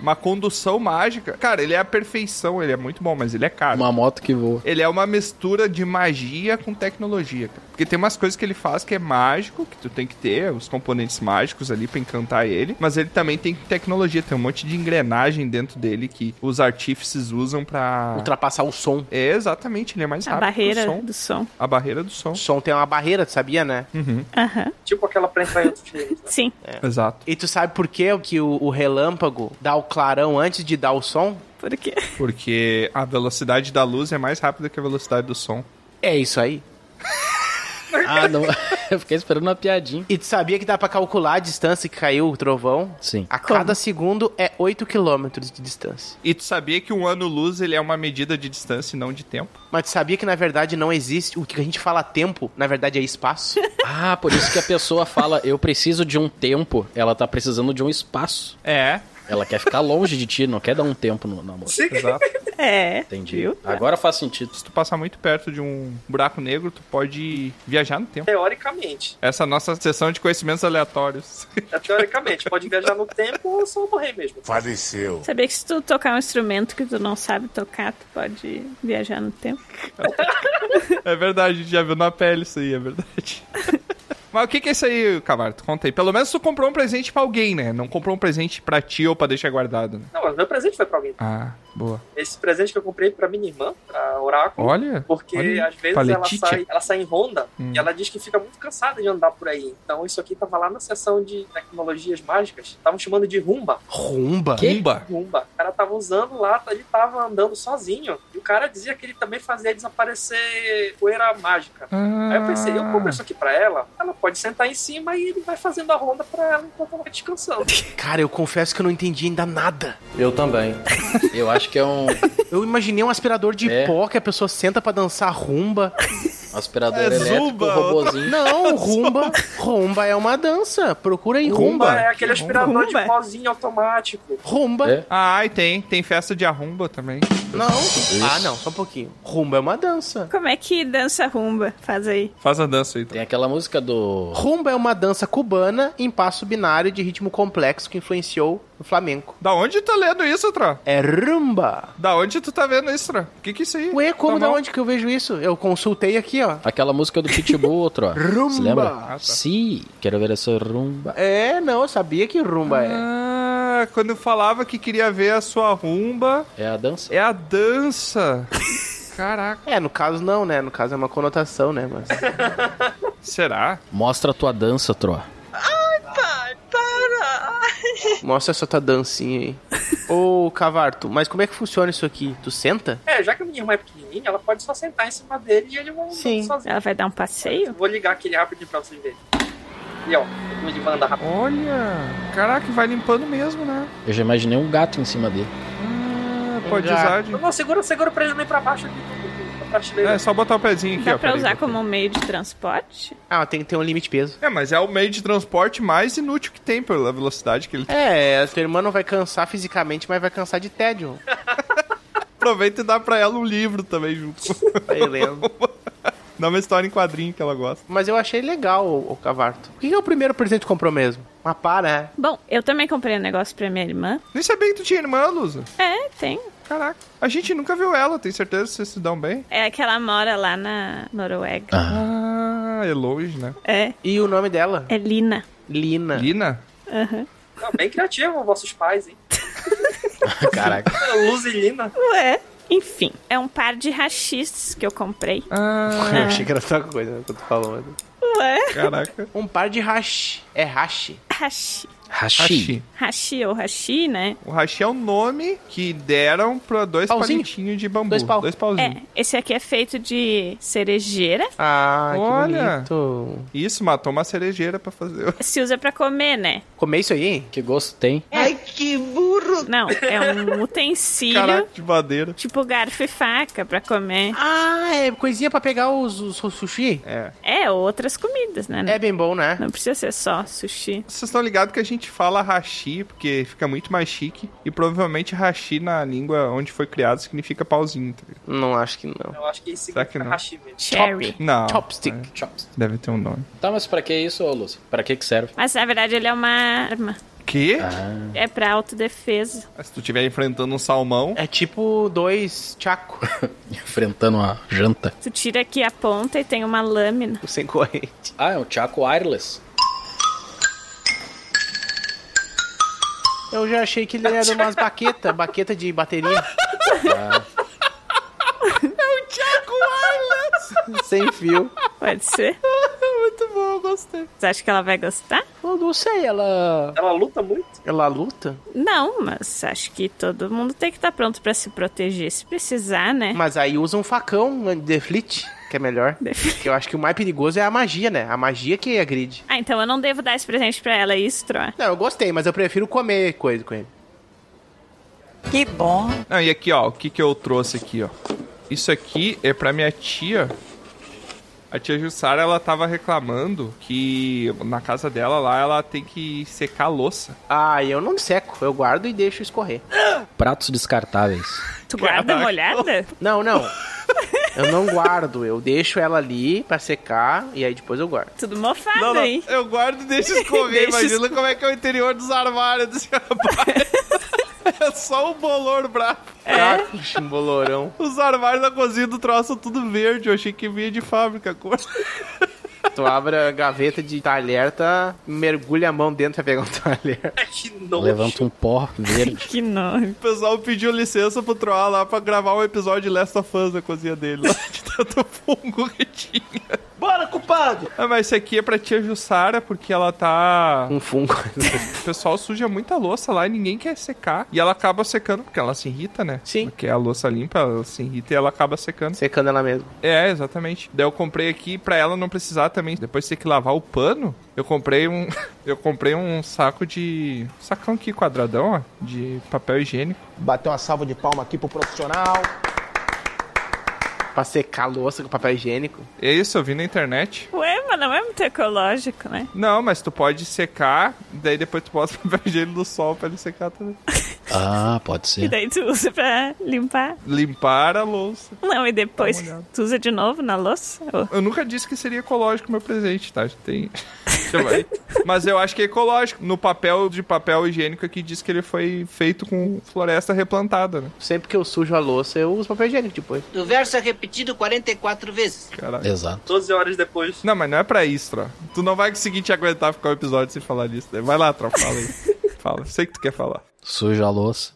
uma condução mágica. Cara, ele é a perfeição, ele é muito bom, mas ele é caro.
Uma moto que voa.
Ele é uma mistura de magia com tecnologia, cara. Porque tem umas coisas que ele faz que é mágico, que tu tem que ter os componentes mágicos ali pra encantar ele, mas ele também tem tecnologia, tem um monte de engrenagem dentro dele que os artífices usam pra...
Ultrapassar o som.
É, exatamente, ele é mais
A
rápido que o
barreira
som.
do som.
A barreira do som.
Som tem uma barreira, tu sabia, né?
Uhum.
Aham.
Tipo aquela pra entrar em outro filme.
Sim.
Exato.
E tu sabe por que o, que o, o relâmpago dá o clarão antes de dar o som?
Por quê?
Porque a velocidade da luz é mais rápida que a velocidade do som.
É isso aí.
Ah, não. Eu fiquei esperando uma piadinha.
E tu sabia que dá pra calcular a distância que caiu o trovão?
Sim.
A cada segundo é 8 km de distância.
E tu sabia que um ano-luz ele é uma medida de distância e não de tempo?
Mas tu sabia que na verdade não existe. O que a gente fala tempo, na verdade é espaço?
Ah, por isso que a pessoa fala, eu preciso de um tempo, ela tá precisando de um espaço.
É.
Ela quer ficar longe de ti, não quer dar um tempo no namoro.
Exato.
É.
Entendi. Agora faz sentido.
Se tu passar muito perto de um buraco negro, tu pode viajar no tempo.
Teoricamente.
Essa é a nossa sessão de conhecimentos aleatórios.
É, teoricamente, pode viajar no tempo ou só morrer mesmo.
Faleceu.
Sabia que se tu tocar um instrumento que tu não sabe tocar, tu pode viajar no tempo?
É verdade, a gente já viu na pele isso aí, é verdade. Mas o que que é isso aí, Camarto? Conta aí. Pelo menos tu comprou um presente pra alguém, né? Não comprou um presente pra ti ou pra deixar guardado, né?
Não, mas meu presente foi pra alguém.
Ah, boa.
Esse presente que eu comprei pra minha irmã, pra Oráculo.
Olha.
Porque
olha aí.
às vezes ela
Paletite.
sai, ela sai em ronda
Hum.
e ela diz que fica muito cansada de andar por aí. Então isso aqui tava lá na seção de tecnologias mágicas. Estavam chamando de rumba.
Rumba.
Rumba.
Rumba. O cara tava usando lá, ele tava andando sozinho. E o cara dizia que ele também fazia desaparecer poeira mágica.
Ah.
Aí eu pensei, eu compro isso aqui pra ela, ela pode sentar em cima e ele vai fazendo a ronda pra ela enquanto ela vai descansando.
Cara, eu confesso que eu não entendi ainda nada.
Eu também. Eu acho que é um
Eu imaginei um aspirador de
É.
pó que a pessoa senta pra dançar rumba.
aspirador
É
elétrico,
Zumba,
robozinho.
Não, rumba. Rumba é uma dança. Procura aí rumba.
É aquele
Que
aspirador
rumba?
de pozinho automático.
Rumba.
É.
Ah, e tem. Tem festa de arrumba também.
Não. Ah, não, só um pouquinho. Rumba é uma dança.
Como é que dança rumba? Faz aí.
Faz a dança aí. Então.
Tem aquela música do.
Rumba é uma dança cubana em passo binário de ritmo complexo que influenciou o flamenco.
Da onde tu tá lendo isso, Tro?
É rumba.
Da onde tu tá vendo isso, Tro? O que que é isso aí?
Ué, como
Tá
da
mal.
onde que eu vejo isso? Eu consultei aqui, ó.
Aquela música do Pitbull, outro, ó. Se lembra?
Rumba.
Ah, tá.
Sim, quero ver essa rumba.
É, não, eu sabia que rumba é.
Ah, quando eu falava que queria ver a sua rumba,
É a dança?
é a dança. Caraca.
É, no caso não, né? No caso é uma conotação, né? Mas...
Será?
Mostra a tua dança, Tro.
Mostra essa tua dancinha aí. Ô, Cavarto, mas como é que funciona isso aqui? Tu senta?
É, já que a minha irmã é pequenininha, ela pode só sentar em cima dele e ele vai andando
Sim.
sozinho.
Ela vai dar um passeio?
Vou ligar aquele rapidinho pra vocês verem. E ó, como ele manda rápido.
Olha. Caraca, vai limpando mesmo, né?
Eu já imaginei um gato em cima dele.
Ah, pode
Já.
usar de...
Não, não, segura, segura pra ele não ir pra baixo aqui. pra prateleira.
É, só botar o pezinho aqui,
Dá
ó.
pra
peraí.
usar como um meio de transporte?
Ah, tem que ter um limite de peso.
É, mas é o meio de transporte mais inútil que tem pela velocidade que ele...
É, a tua irmã não vai cansar fisicamente, mas vai cansar de tédio.
Aproveita e dá pra ela um livro também junto.
Aí lendo.
dá uma história em quadrinho que ela gosta.
Mas eu achei legal o, Cavarto. O que que é o primeiro presente que comprou mesmo? Uma pá, né?
Bom, eu também comprei um negócio pra minha irmã.
Nem sabia que tu tinha irmã, Lusa.
É, tem.
Caraca. A gente nunca viu ela, tem certeza que vocês se dão bem?
É que ela mora lá na Noruega.
Ah, é longe, né?
É,
E o nome dela?
é Lina.
Lina.
Lina? É.
Tá bem criativo, vossos pais, hein? É
Caraca.
Luz e Lina.
Ué. Enfim, é um par de rachis que eu comprei.
Ah,
Eu achei que era outra coisa que tu falou.
Ué?
caraca.
Um par de hashi. É hashi.
Hashi.
Hashi.
Hashi.
Hashi ou hashi, né?
O Hashi é o nome que deram pra dois
Pauzinho?
palitinhos de bambu.
Dois pau.
pauzinhos.
É, esse aqui é feito de cerejeira.
Ah,
Olha.
que bonito.
Isso, matou uma cerejeira pra fazer.
Se usa pra comer, né?
Comer isso aí, hein?
Que gosto tem?
É.
Não, é um utensílio,
Caraca, de madeira.
tipo garfo e faca pra comer.
Ah, é coisinha pra pegar os, os- os sushi?
É.
É, outras comidas, né?
É bem bom, né?
Não precisa ser só sushi.
Vocês estão ligados que a gente fala Hashi, porque fica muito mais chique. E provavelmente Hashi na língua onde foi criado significa pauzinho. Tá ligado?
Não acho que não.
Eu acho que é isso
Será que
significa
não?
hashi mesmo.
Cherry.
Não. né?
Chopstick.
Chops.
Deve ter um nome.
Tá, mas pra que isso, ô Lúcio? Pra que que serve?
Mas na verdade ele é uma arma.
quê?
É pra autodefesa.
Ah. Se tu estiver enfrentando um salmão.
É tipo dois chaco.
Enfrentando uma janta.
Tu tira aqui a ponta e tem uma lâmina.
Sem corrente.
Ah, é um Chaco wireless.
Eu já achei que ele era umas baqueta, baqueta de bateria.
É o Thiago Wireless!
Sem fio.
Pode ser.
Muito bom, gostei.
Você acha que ela vai gostar?
Eu não sei, ela.
Ela luta muito?
Ela luta?
Não, mas acho que todo mundo tem que estar pronto pra se proteger se precisar, né?
Mas aí usa um facão, um deflit, que é melhor. Porque eu acho que o mais perigoso é a magia, né? A magia que agride.
Ah, então eu não devo dar esse presente pra ela, é isso, Troa?
Não, eu gostei, mas eu prefiro comer coisa com ele.
Que bom.
Não, Ah, e aqui, ó, o que que eu trouxe aqui, ó. Isso aqui é pra minha tia. A tia Jussara, ela tava reclamando que na casa dela lá, ela tem que secar a louça.
Ah, eu não seco, eu guardo e deixo escorrer.
Pratos descartáveis.
Tu guarda
Caraca.
molhada?
Não, não. Eu não guardo, eu deixo ela ali pra secar e aí depois eu guardo.
Tudo mofado,
Não, não,
hein?
eu guardo e deixo escorrer.
Deixa
Imagina como é que é o interior dos armários desse rapaz. É só o bolor bravo.
É? bolorão.
Os armários da cozinha do troço tudo verde. Eu achei que vinha de fábrica a cor.
Tu abre a gaveta de talher, tá? Mergulha a mão dentro pra pegar um talher.
Que nojo.
Levanta um pó verde.
Que nome.
O pessoal pediu licença pro Troá lá pra gravar um episódio de Last of Us na cozinha dele. Lá de tanto fungo que tinha.
Bora, culpado!
Ah, mas esse aqui é pra tia Jussara, porque ela tá...
Hum.
Um fungo.
O pessoal suja muita louça lá e ninguém quer secar. E ela acaba secando, porque ela se irrita, né?
Sim.
Porque a louça limpa, ela se irrita e ela acaba secando.
Secando ela mesmo.
É, exatamente. Daí eu comprei aqui pra ela não precisar também, depois ter que lavar o pano. Eu comprei um, eu comprei um saco de um sacão aqui quadradão, ó, de papel higiênico.
Bateu uma salva de palma aqui pro profissional.
Pra secar a louça com papel higiênico.
É isso, eu vi na internet.
Ué, mas não é muito ecológico, né?
Não, mas tu pode secar, daí depois tu bota o papel higiênico no sol pra ele secar também.
Ah, pode
E
ser.
daí tu usa pra limpar.
Limpar a louça.
Não, e
Tá
depois
Dá uma olhada.
tu usa de novo na louça? Ô,
Eu nunca disse que seria ecológico meu presente, tá? Tem... Já vai. Mas eu acho que é ecológico. No papel de papel higiênico aqui diz que ele foi feito com floresta replantada, né?
Sempre que eu sujo a louça, eu uso papel higiênico depois.
O verso é repetido 44 vezes.
Caralho.
Exato.
12 horas depois.
Não, mas não é pra isso, Tro. Tu não vai conseguir te aguentar ficar um episódio sem falar disso, né? Vai lá, Tro, fala aí. fala, sei que tu quer falar.
Suja a louça.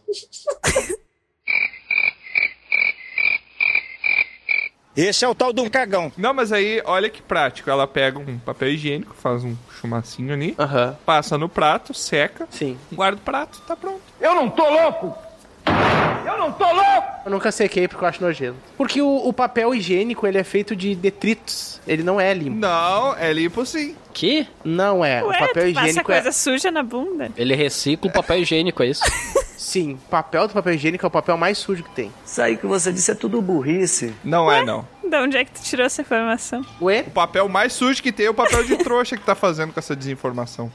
Esse é o tal do cagão.
Não, mas aí, olha que prático. Ela pega um papel higiênico, faz um chumacinho ali,
Aham.
passa no prato, seca,
Sim.
guarda o prato, tá pronto.
Eu não tô louco! Eu não tô louco!
Eu nunca sequei porque eu acho nojento. Porque o, o papel higiênico, ele é feito de detritos. Ele não é limpo.
Não, é limpo sim.
Que?
Não é.
Ué,
o papel
tu passa
higiênico
coisa
é...
suja na bunda.
Ele recicla o papel higiênico, é isso?
Sim, o papel do papel higiênico é o papel mais sujo que tem.
Isso aí que você disse é tudo burrice.
Não é, não.
De onde é que tu tirou essa informação?
Ué?
O papel mais sujo que tem é o papel de trouxa que tá fazendo com essa desinformação.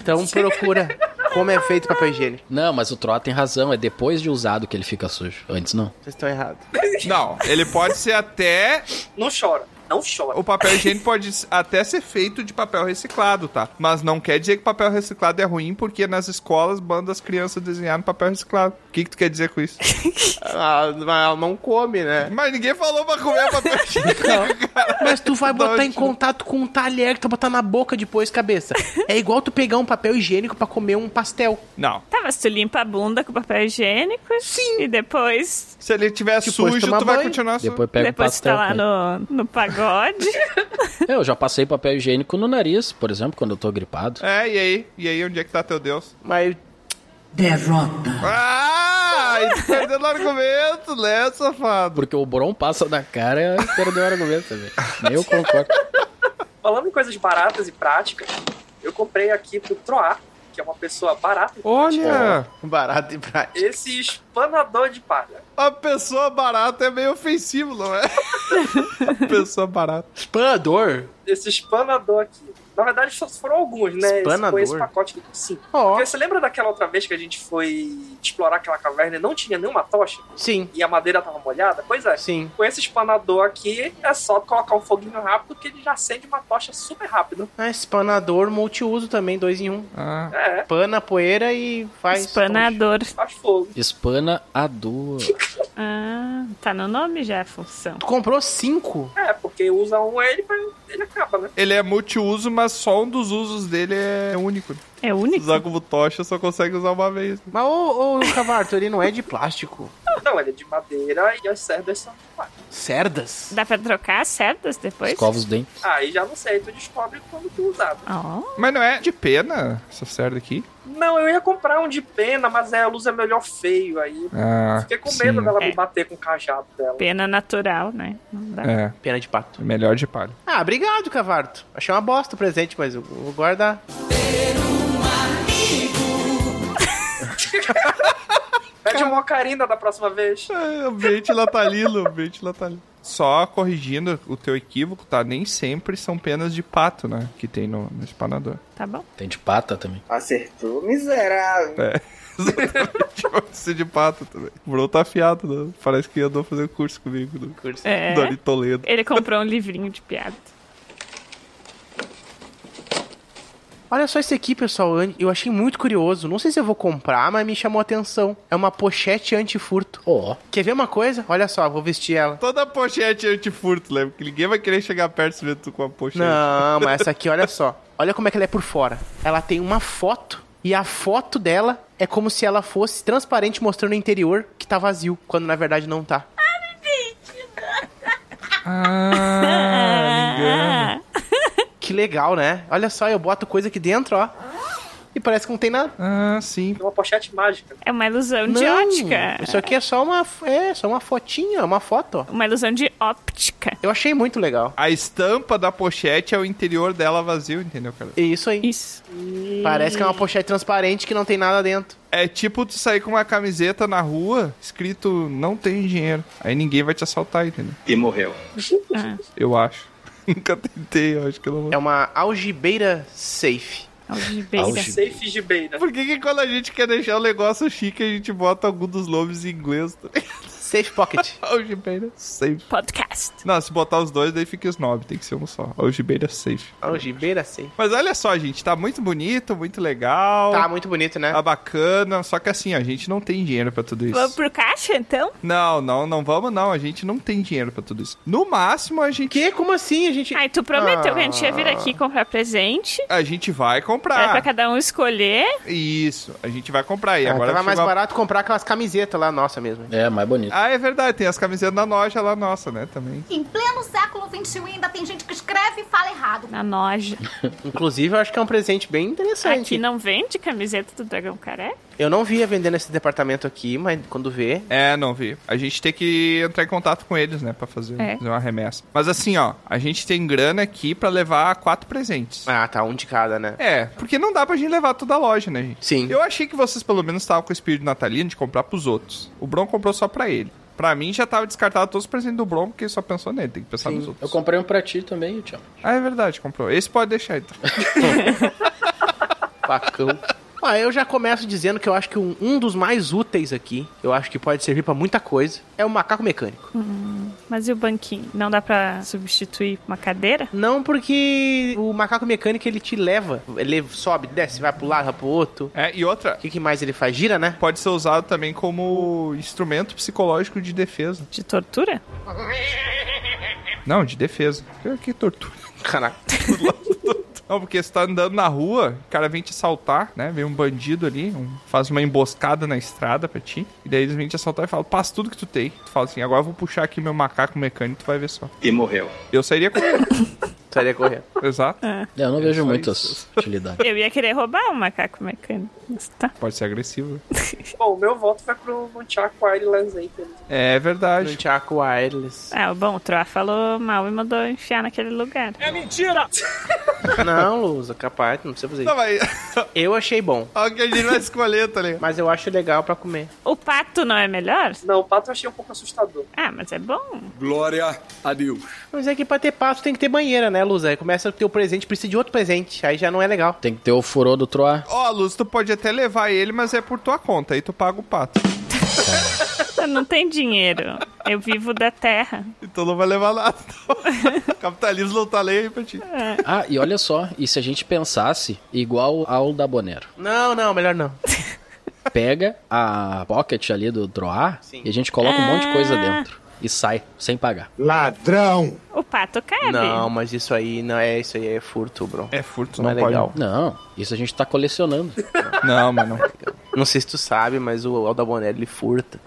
Então procura como é feito o papel higiênico.
Não, mas o Troá tem razão. É depois de usado que ele fica sujo. Antes não.
Vocês estão errados.
Não, ele pode ser até.
Não chora. Não chora.
O papel higiênico pode até ser feito de papel reciclado, tá? Mas não quer dizer que papel reciclado é ruim, porque nas escolas mandam as crianças desenhar no papel reciclado. O que, que tu quer dizer com isso?
Ah, mas ela não come, né?
Mas ninguém falou pra comer papel higiênico.
Mas tu vai botar em
Nojo.
contato com um talher que tu botar na boca depois, cabeça. É igual tu pegar um papel higiênico pra comer um pastel.
Não.
Tá, mas tu limpa a bunda com papel higiênico. Sim. E depois,
Se ele tiver
Depois
sujo, tu
Tipo, tomar
vai
banho.
continuar sujo.
Depois pega
depois
o
tu tá
pastel.
lá
com ele.
no, no pagode.
Eu já passei papel higiênico no nariz, por exemplo, quando eu tô gripado.
É, e aí? E aí, onde é que tá teu Deus?
Mas
Derrota.
Ah! Aí tu perdeu o argumento, né, safado?
Porque o Bron passa na cara e perdeu o um argumento também. Nem eu concordo.
Falando em coisas baratas e práticas, eu comprei aqui pro Troar, que é uma pessoa barata.
Olha!
barato e prático.
Esse espanador de palha.
A pessoa barata é meio ofensivo, não é? A pessoa barata.
Espanador?
Esse espanador aqui. Na verdade, só foram alguns, né? Esse, foi esse
Espanador.
pacote que sim. Porque você lembra daquela outra vez que a gente foi explorar aquela caverna e não tinha nenhuma tocha?
Sim.
E a madeira tava molhada? Pois é.
é Sim.
Com esse espanador aqui, é só colocar um foguinho rápido que ele já acende uma tocha super rápido.
Ah, espanador multiuso também, dois em um.
Ah.
É.
Pana, poeira e faz.
Espanador.
Faz fogo.
Espana a dor.
Ah, tá no nome já a função.
Tu comprou cinco?
É, porque usa um ele, ele acaba, né?
Ele é multiuso, mas só um dos usos dele é único.
É único?
Usar como tocha só consegue usar uma vez.
Mas ô, ô Cavarto, ele não é de plástico.
Não, ele é de madeira e as cerdas são de plástico.
Cerdas?
Dá pra trocar as cerdas depois?
Escova os dentes.
Aí já não sei, tu descobre quando tu usar. né?
Mas não é de pena essa cerda aqui?
Não, eu ia comprar um de pena, mas é, a luz é melhor feio aí.
Ah,
Fiquei com
sim.
medo dela
É.
me bater com o cajado dela.
Pena natural, né? Não dá.
É.
Pena de pato.
Melhor de palha.
Ah, obrigado, Cavarto. Achei uma bosta o presente, mas eu vou guardar.
Pede uma ocarina da próxima vez.
É, ambiente natalino, ambiente natalino. Só corrigindo o teu equívoco, tá? Nem sempre são penas de pato, né? Que tem no, no espanador.
Tá bom.
Tem de pata também.
Acertou, miserável.
É. Exatamente, pode ser Tipo, de pato também. O Bruno tá afiado, né? Parece que andou fazendo curso comigo do curso
É.
do Ari Toledo.
Ele comprou um livrinho de piada.
Olha só esse aqui, pessoal. eu- Eu achei muito curioso. Não sei se eu vou comprar, mas me chamou a atenção. É uma pochete antifurto.
Ó.
Quer ver uma coisa? Olha só, vou vestir ela.
Toda pochete é antifurto, lembra? Que ninguém vai querer chegar perto se vê tu com a pochete.
Não, mas essa aqui, olha só. Olha como é que ela é por fora. Ela tem uma foto e a foto dela é como se ela fosse transparente mostrando o interior que tá vazio, quando na verdade não tá.
Ah,
Que legal, né? Olha só, eu boto coisa aqui dentro, ó. E parece que não tem nada.
Ah, sim.
É uma pochete mágica.
É uma ilusão de
Não,
ótica.
Isso aqui é só uma, é, só uma fotinha, uma foto, ó.
Uma ilusão de óptica.
Eu achei muito legal.
A estampa da pochete é o interior dela vazio, entendeu, cara?
É isso aí.
Isso.
Parece que é uma pochete transparente que não tem nada dentro.
É tipo tu sair com uma camiseta na rua escrito não tem dinheiro. Aí ninguém vai te assaltar, entendeu?
E morreu.
Ah,
Eu acho. Nunca tentei, eu acho que eu não vou.
É uma algibeira safe.
algibeira.
Safe de beira.
Por que, É que quando a gente quer deixar o negócio chique, a gente bota algum dos nomes em inglês? tá ligado?
Safe pocket.
Algibeira safe.
Podcast.
Não, se botar os dois, daí fica snob, tem que ser um só. Algibeira safe.
algibeira safe.
Mas olha só, gente, tá muito bonito, muito legal.
Tá muito bonito, né?
Tá bacana, só que assim, a gente não tem dinheiro pra tudo isso.
Vamos pro caixa, então?
Não, não, não vamos não, a gente não tem dinheiro pra tudo isso. No máximo a gente
Que? Como assim? A gente.
Ai, tu prometeu que a gente ia vir
Ah. Tá.
aqui comprar presente.
a gente vai
Era pra
comprar.
cada um escolher.
Isso, a gente vai comprar e
Ah,
agora
tava mais
chegou a-
barato comprar aquelas camisetas lá, nossa mesmo.
É, mais bonito.
Ah, é verdade, tem as camisetas na loja lá nossa, né, também.
Em pleno século XXI ainda tem gente que escreve e fala errado.
Na loja.
Inclusive, eu acho que é um presente bem interessante.
Aqui não vende camiseta do Dragão Careca?
Eu não via vendendo esse departamento aqui, mas quando vê.
É, não vi. A gente tem que entrar em contato com eles, né, pra fazer,
É.
fazer uma remessa. Mas assim, ó, a gente tem grana aqui pra levar quatro presentes.
Ah, tá, um de cada, né?
É, porque não dá pra gente levar toda a loja, né, gente?
Sim.
Eu achei que vocês pelo menos estavam com o espírito natalino de comprar pros outros. O Bron comprou só pra ele. Pra mim já tava descartado todos os presentes do Bron, porque só pensou nele, tem que pensar nos
Eu
outros.
comprei um pra ti também, tchau.
Ah, é verdade, comprou. Esse pode deixar então.
Pacão. Ó, Ah, eu já começo dizendo que eu acho que um, um dos mais úteis aqui, eu acho que pode servir pra muita coisa, é o macaco mecânico.
Mas e o banquinho? Não dá pra substituir uma cadeira?
Não porque o macaco mecânico ele te leva, ele sobe, desce, vai pro lado, vai pro outro.
é, e outra,
O que, que mais ele faz? Gira, né?
pode ser usado também como instrumento psicológico de defesa.
De tortura?
Não, de defesa. Que- Que tortura.
Caraca.
Não, porque você tá andando na rua, o cara vem te assaltar, né? Vem um bandido ali, um- faz uma emboscada na estrada pra ti. E daí eles vêm te assaltar e falam, passa tudo que tu tem. Tu fala assim, agora eu vou puxar aqui meu macaco mecânico, tu vai ver só.
E morreu.
Eu sairia com ele.
Estaria correndo.
Exato.
Eu não vejo
só
É
muitas
isso.
utilidades.
Eu ia querer roubar um macaco mecânico. Tá.
Pode ser agressivo.
Bom, o meu voto vai pro Nunchaku Wireless aí. pelo-
É verdade.
Nunchaku Wireless.
Ah, bom, o Troá falou mal e mandou enfiar naquele lugar.
É mentira!
Não, Lusa, capaz, não precisa fazer
Não,
isso. Eu achei bom.
Olha que a gente vai escolher, tá ligado?
Mas eu acho legal pra comer.
O pato não é melhor?
Não, o pato eu achei um pouco assustador.
Ah, mas é bom.
Glória a Deus. Mas é que pra ter pato tem que ter banheira, né, Lusa? Aí começa a ter o presente, precisa de outro presente. Aí já não é legal.
Tem que ter o furô do Troá.
Ó, Luz, tu pode até levar ele, mas é por tua conta. Aí tu paga o pato.
Eu não tenho dinheiro. Eu vivo da terra.
Então não vai levar nada. o capitalismo não tá lei aí pra ti.
É.
Ah, e olha só, e se a gente pensasse igual ao da Bonero?
Não, não, melhor não.
Pega a pocket ali do Troá e a gente coloca um monte de
Ah.
coisa dentro. E sai, sem pagar.
Ladrão!
O pato cabe.
Não, mas isso aí não é isso aí, é furto, bro.
É furto,
não, é legal.
Não, isso a gente tá colecionando.
Não, mas não.
Não sei se tu sabe, mas o Alda Bonelli ele furta.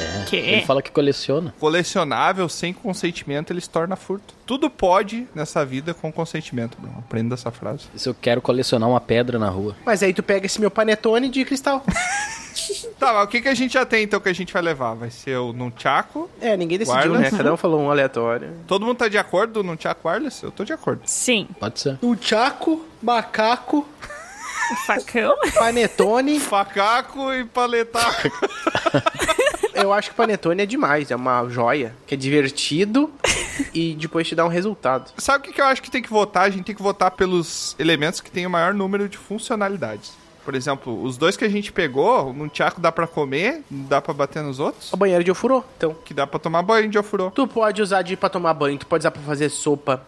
É,
Que?
Ele fala que coleciona.
Colecionável sem consentimento, ele se torna furto. Tudo pode nessa vida com consentimento, Bruno. Aprenda essa frase.
Se eu quero colecionar uma pedra na rua.
Mas aí tu pega esse meu panetone de cristal.
Tá, mas o que, que a gente já tem então que a gente vai levar? Vai ser o Nunchaku?
É, ninguém decidiu,
Wireless?
né? Cada um falou um aleatório.
Todo mundo tá de acordo no Nunchaku Wireless? Eu tô de acordo.
Sim.
Pode ser.
O Chaco, macaco,
O facão?
panetone.
Facaco e paletaco.
Eu acho que panetone é demais, é uma joia. Que é divertido e depois te dá um resultado.
Sabe o que, que eu acho que tem que votar? A gente tem que votar pelos elementos que têm o maior número de funcionalidades. Por exemplo, os dois que a gente pegou, num tchaco dá pra comer, não dá pra bater nos outros,
A banheira de ofurô, então.
que dá pra tomar banho de ofurô.
Tu pode usar de pra tomar banho, tu pode usar pra fazer sopa.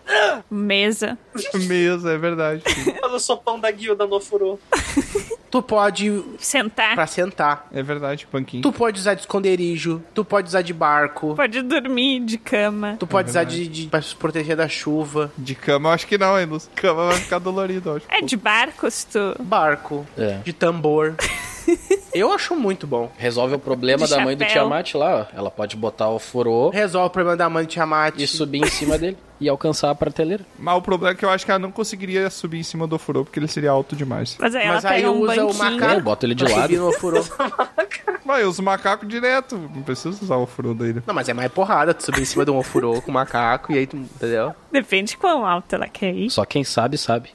Mesa.
Mesa, é verdade.
Mas eu sou pão da guilda no furô.
Tu pode
Sentar.
pra sentar.
É verdade, banquinho.
Tu pode usar de esconderijo, tu pode usar de barco,
Pode dormir de cama.
tu pode
É
usar de, de pra se proteger da chuva.
De cama, eu acho que não, hein, Luz? Cama vai ficar dolorido, eu acho.
É de barco se tu.
Barco,
É.
de tambor. Eu acho muito bom.
Resolve o problema
De
da mãe do
chapéu.
Tiamat lá, ó. Ela pode botar o furô
Resolve o problema da mãe de Tiamat.
e subir em cima dele e alcançar a prateleira.
Mas o problema é que eu acho que ela não conseguiria subir em cima do ofurô, porque ele seria alto demais.
Mas aí
Mas
ela
aí
pega um
usa o
banquinho.
macaco.
É, Eu boto ele de
pra
lado.
subir no ofurô.
Vai, usa o macaco direto, não precisa usar o ofurô dele.
Não, mas é mais porrada tu subir em cima de um ofurô com um macaco e aí tu. Entendeu?
Depende de quão alto ela quer ir.
Só quem sabe, sabe.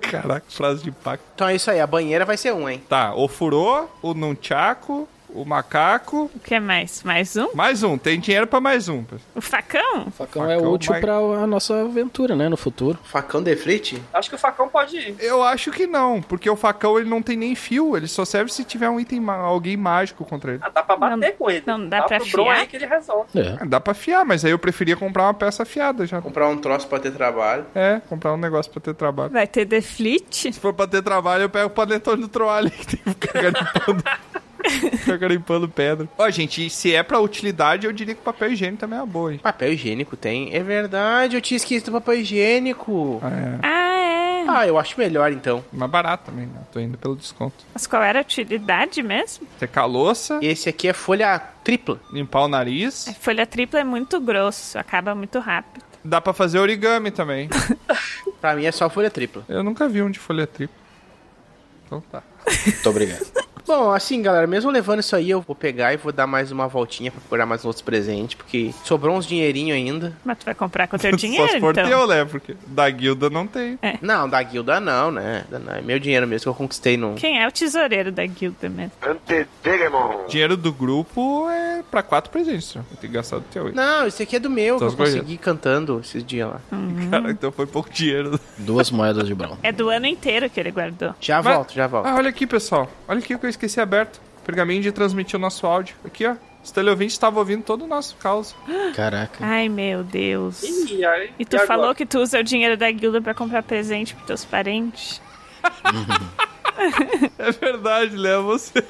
Caraca, frase de impacto.
Então é isso aí, a banheira vai ser um, hein?
Tá, ofurô, o nunchaku, o macaco,
O que é mais? Mais um?
Mais um, tem dinheiro pra mais um.
O facão?
Facão, é
Facão,
útil
mas-
pra a nossa aventura, né? No futuro.
Facão de frite?
Acho que o facão pode ir.
Eu acho que não, porque o facão ele não tem nem fio, ele só serve se tiver um item, ma- alguém mágico contra ele.
Ah, dá pra bater com ele. Tá
não dá pra
pro Bron
afiar?
aí que ele resolve.
É.
Ah, Dá pra fiar, mas aí eu preferia comprar uma peça fiada já.
Comprar um troço pra ter trabalho.
É, comprar um negócio pra ter trabalho.
Vai ter The Fleet?
Se for pra ter trabalho, eu pego o panetone do troalho que tem que ficar garimpando. ficar garimpando pedra. Ó, gente, e se é pra utilidade, eu diria que papel higiênico também é uma boa, hein?
Papel higiênico tem. É verdade, eu tinha esquecido do papel higiênico.
Ah, é.
Ah, é.
Ah, eu acho melhor então.
Mais barato também, né? Tô indo pelo desconto.
Mas qual era a utilidade mesmo?
Secar a louça,
Esse aqui é folha tripla.
limpar o nariz.
A folha tripla é muito grosso, acaba muito rápido.
Dá pra fazer origami também.
Pra mim é só folha tripla.
Eu nunca vi um de folha tripla. Então tá.
Muito obrigado.
Bom, assim, galera, mesmo levando isso aí, eu vou pegar e vou dar mais uma voltinha pra procurar mais outros presentes, porque sobrou uns dinheirinho ainda.
Mas tu vai comprar com o teu dinheiro,
Só se for
então. É.
teu, né? Porque da guilda não tem.
Não, da guilda não, né? Da- não, é meu dinheiro mesmo que eu conquistei no...
Quem é o tesoureiro da guilda mesmo?
Dinheiro do grupo é pra quatro presentes, senhor. Vai ter que gastar do teu. aí.
Não, esse aqui é do meu, que
Só
eu
as coisas.
consegui cantando esses dias lá.
Uhum.
Cara, então foi pouco dinheiro.
Duas moedas de bronze.
É do ano inteiro que ele guardou.
Já
Mas-
volto, já volto.
Ah, olha aqui, pessoal. Olha aqui o que eu esqueci aberto. Pergaminho de transmitir o nosso áudio. Aqui, ó. Os teleouvintes estavam ouvindo todo o nosso caos.
Caraca.
Ai, meu Deus.
Ih, aí,
E tu
agora?
falou que tu usa o dinheiro da guilda pra comprar presente pros teus parentes?
É verdade, Léo. Você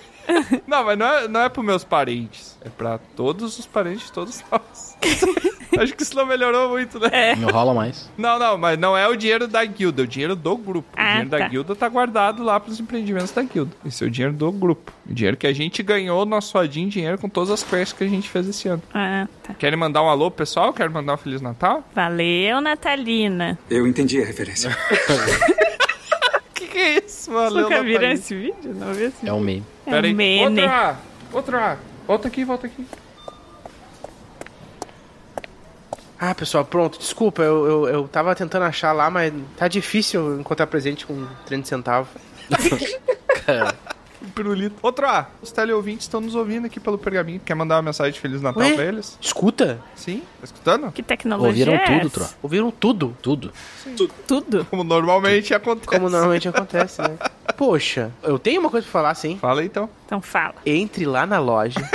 Não, mas não é, não é pros meus parentes. É pra todos os parentes de todos nós. Acho que isso não melhorou muito, né?
É.
Não rola mais.
Não, não, mas não é o dinheiro da guilda, é o dinheiro do grupo.
Ah,
o dinheiro
tá.
da guilda tá guardado lá pros empreendimentos da guilda. Esse é o dinheiro do grupo. O dinheiro que a gente ganhou, nosso adinho dinheiro com todas as quests que a gente fez esse ano.
Ah,
Querem mandar um alô, pro pessoal? Querem mandar um Feliz Natal?
valeu, Natalina.
Eu entendi a referência. que que é isso,
Vocês
valeu,
nunca viram
Natalina?
esse vídeo? Não vi esse
É um meme.
É
Pera aí.
meme.
Outra! Outra! Volta aqui, volta aqui.
Ah, pessoal, pronto. Desculpa, eu, eu, eu tava tentando achar lá, mas tá difícil encontrar presente com 30 centavos.
Pirulito. Outra! Os teleouvintes estão nos ouvindo aqui pelo pergaminho. Quer mandar uma mensagem de Feliz Natal
Ué?
pra eles?
Escuta?
Sim, tá escutando?
Que tecnologia Ouviram é tudo, essa? Tro.
Ouviram tudo?
Tudo.
Tudo.
Tudo.
Como normalmente acontece.
Como normalmente acontece, né? Poxa, eu tenho uma coisa pra falar, sim.
Fala então.
Então fala.
Entre lá na loja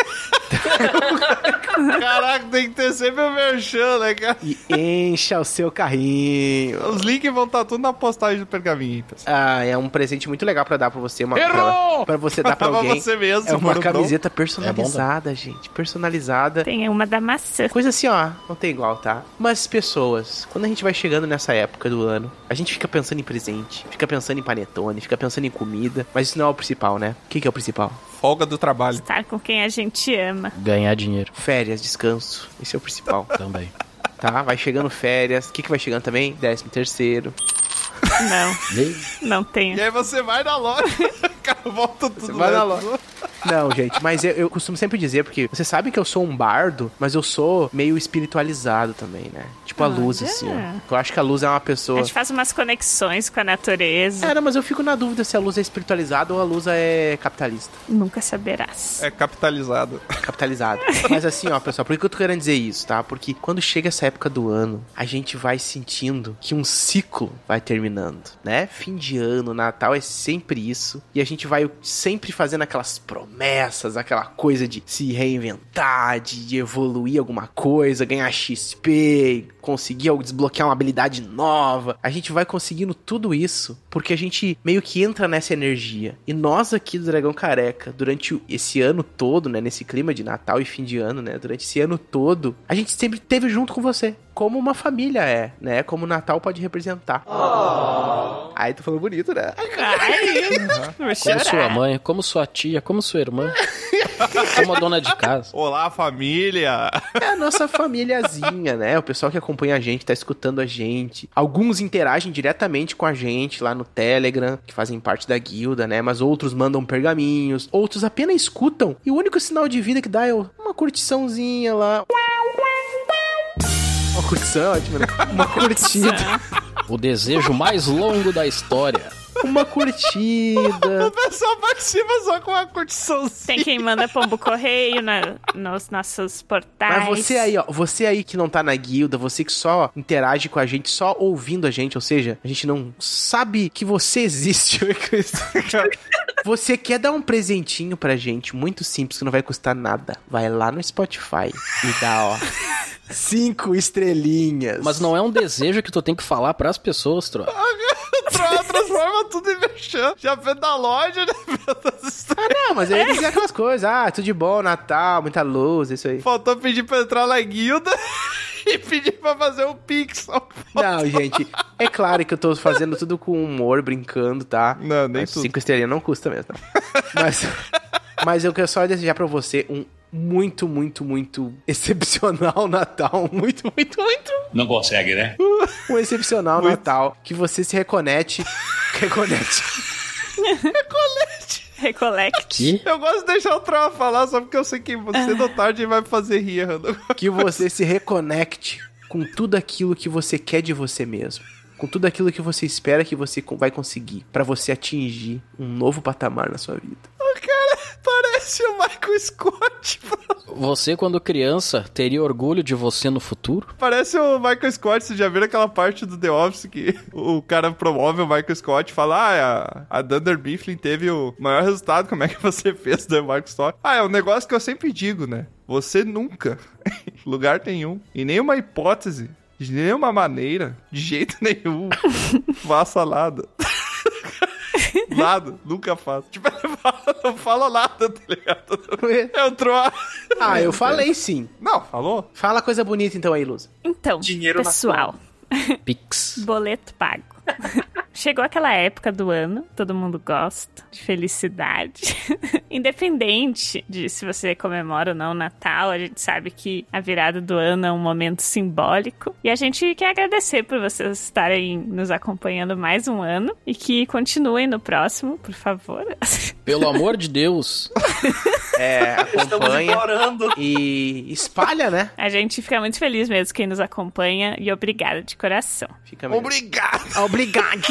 Caraca, tem que ter sempre o merchan, né, cara?
e encha o seu carrinho.
Os links vão estar tudo na postagem do pergaminho, aí, pessoal.
Ah, é um presente muito legal pra dar pra você. Uma,
Errou!
pra, pra você dar pra
Pra
alguém.
você mesmo,
é uma
Bruno.
camiseta
É
personalizada, gente. Personalizada.
Tem uma da maçã.
Coisa assim, ó. Não tem igual, tá? Mas, pessoas, quando a gente vai chegando nessa época do ano, a gente fica pensando em presente, fica pensando em panetone, fica pensando em comida. Mas isso não é o principal, né? O que, que é o principal?
Folga do trabalho.
Estar Tá, com quem a gente ama.
Ganhar dinheiro.
Férias, descanso. Esse é o principal.
Também.
Tá? Vai chegando férias. O que, que vai chegando também? Décimo terceiro.
Não, não tenho.
E aí você vai na loja, cara, volta tudo. né?
vai na
mesmo.
Não, gente, mas eu, eu costumo sempre dizer, porque você sabe que eu sou um bardo, mas eu sou meio espiritualizado também, né? Tipo a luz,
Olha.
assim, ó. Eu acho que a luz é uma
A
pessoa.
gente faz umas conexões com a natureza.
É, não, mas eu fico na dúvida se a luz é espiritualizada ou a luz é capitalista.
Nunca saberás.
É capitalizado.
Capitalizado. Mas assim, ó, pessoal, por que que eu tô querendo dizer isso, tá? Porque quando chega essa época do ano, a gente vai sentindo que um ciclo vai terminando, né? Fim de ano, Natal é sempre isso. E a gente vai sempre fazendo aquelas promessas, aquela coisa de se reinventar, de evoluir alguma coisa, ganhar XP, conseguir algo- desbloquear uma habilidade nova. A gente vai conseguindo tudo isso porque a gente meio que entra nessa energia. E nós aqui do Dragão Careca, durante o- esse ano todo, né, nesse clima de Natal e fim de ano, né, durante esse ano todo, a gente sempre esteve junto com você, como uma família é, né, como o Natal pode representar. Aí tu falou bonito, né?
Vou
Como sua
chorar.
mãe, como sua tia, como sua irmã, como a dona de casa.
Olá, família!
É a nossa famíliazinha, né? O pessoal que acompanha a gente, tá escutando a gente. Alguns interagem diretamente com a gente lá no Telegram, que fazem parte da guilda, né? Mas outros mandam pergaminhos, outros apenas escutam. E o único sinal de vida que dá é uma curtiçãozinha lá. Uma curtição, ótimo, né? Uma curtida.
O desejo mais longo da história.
Uma curtida.
O pessoal participa só com uma curtiçãozinha.
Tem quem manda pombo correio na- nos nossos portais.
Mas você aí, ó, você aí que não tá na guilda, você que só interage com a gente, só ouvindo a gente, ou seja, a gente não sabe que você existe. você quer dar um presentinho pra gente, muito simples, que não vai custar nada. Vai lá no Spotify e dá, ó, cinco estrelinhas.
Mas não é um desejo que tu tem que falar pras pessoas, Tro.
Tra- Transforma tudo em merchan. Já fez da loja, né?
Ah, não, mas aí dizer aquelas coisas. Ah, tudo de bom, Natal, muita luz, isso aí.
Faltou pedir pra entrar na guilda e pedir pra fazer um pixel.
Não, gente, é claro que eu tô fazendo tudo com humor, brincando, tá?
Não, nem
Mas
tudo.
Cinco estrelinhas não custa mesmo. tá? Mas, mas eu quero só desejar pra você um muito, muito, muito excepcional Natal. Muito, muito, muito.
Não consegue, né?
Um excepcional Natal. Que você se reconecte. Reconecte.
Recolete.
Recolect.
Que?
Eu gosto de deixar o Troa falar só porque eu sei que você da tarde vai me fazer rir errando.
que você se reconecte com tudo aquilo que você quer de você mesmo. Com tudo aquilo que você espera que você co- vai conseguir. Pra você atingir um novo patamar na sua vida.
O cara parece o Michael Scott.
Você, quando criança, teria orgulho de você no futuro?
Parece o Michael Scott, vocês já viram aquela parte do The Office que o cara promove o Michael Scott e fala: Ah, a, a Dunder Mifflin teve o maior resultado, como é que você fez do Michael Scott? Ah, é um negócio que eu sempre digo, né? Você nunca, em lugar nenhum, em nenhuma hipótese, de nenhuma maneira, de jeito nenhum, faça nada. Nada, nunca faço. Tipo, fala, não fala nada, tá ligado? Eu troco.
Ah, eu falei sim.
Não, falou?
Fala coisa bonita então aí, Luz.
Então,
Dinheiro na
pessoal.
Pix.
Boleto pago. Chegou aquela época do ano, todo mundo gosta de felicidade. Independente de se você comemora ou não o Natal, a gente sabe que a virada do ano é um momento simbólico. E a gente quer agradecer por vocês estarem nos acompanhando mais um ano e que continuem no próximo, por favor.
Pelo amor de Deus.
É, acompanha
implorando.
e espalha, né?
A gente fica muito feliz mesmo quem nos acompanha e obrigada de coração.
Fica mesmo.
Obrigado!
Obrigado!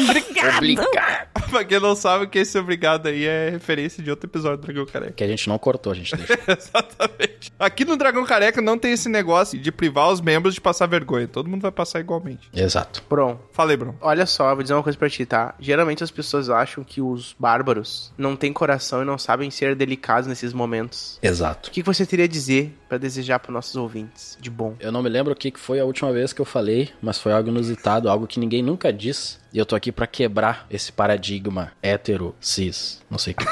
Obrigado!
pra quem não sabe, que esse obrigado aí é referência de outro episódio do Dragão Careca.
Que a gente não cortou, a gente deixa.
Exatamente. Aqui no Dragão Careca não tem esse negócio de privar os membros de passar vergonha. Todo mundo vai passar igualmente.
Exato.
Bron,
Falei, Bruno.
olha só, eu vou dizer uma coisa pra ti, tá? Geralmente as pessoas acham que os bárbaros não têm coração e não sabem ser delicados nesses momentos.
Exato.
O que que você teria a dizer pra desejar pros nossos ouvintes de bom?
Eu não me lembro o que que foi a última vez que eu falei, mas foi algo inusitado, algo que ninguém nunca diz. E eu tô aqui pra quebrar esse paradigma hétero, cis, não sei o que.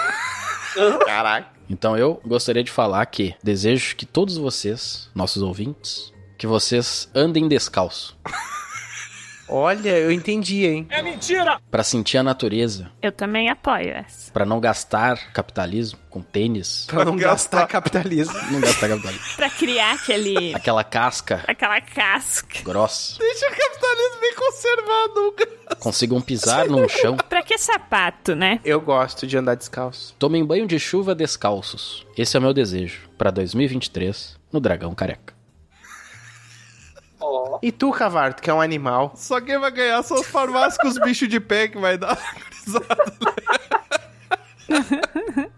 Caraca.
Então eu gostaria de falar que desejo que todos vocês, nossos ouvintes, que vocês andem descalço
Olha, eu entendi, hein?
É mentira!
Pra sentir a natureza,
Eu também apoio essa.
pra não gastar capitalismo com tênis,
Pra não
Pra gastar.
gastar capitalismo.
não gastar capitalismo,
Pra criar aquele.
aquela casca
aquela casca.
grossa,
Deixa o capitalismo bem conservado, nunca.
consigam um pisar num chão,
Pra que sapato, né?
Eu gosto de andar descalço.
tomem banho de chuva descalços. Esse é o meu desejo pra 2023 no Dragão Careca.
Ó,
E tu, Cavarto, que é um animal,
Só quem vai ganhar são os farmácias com os bichos de pé que vai dar.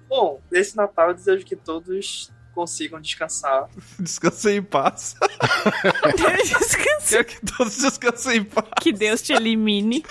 Bom, nesse Natal eu desejo que todos consigam descansar.
Descansem em paz. Quero que todos descansem em paz.
que Deus te elimine.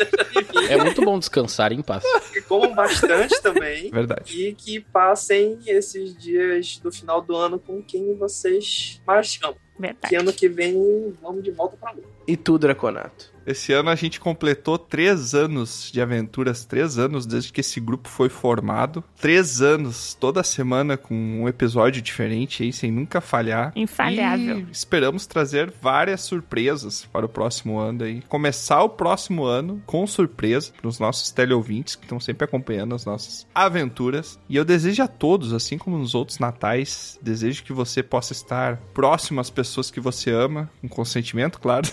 É muito bom descansar em paz.
Que comam bastante também.
Verdade.
E que passem esses dias do final do ano com quem vocês mais amam.
Verdade.
Que ano que vem vamos de volta pra lua.
e tu, Draconato.
Esse ano a gente completou três anos de aventuras, três anos desde que esse grupo foi formado. Três anos, toda semana com um episódio diferente aí, sem nunca falhar.
Infalhável.
E esperamos trazer várias surpresas para o próximo ano aí. Começar o próximo ano com surpresa para os nossos teleouvintes que estão sempre acompanhando as nossas aventuras. E eu desejo a todos, assim como nos outros natais, desejo que você possa estar próximo às pessoas que você ama, com consentimento, claro.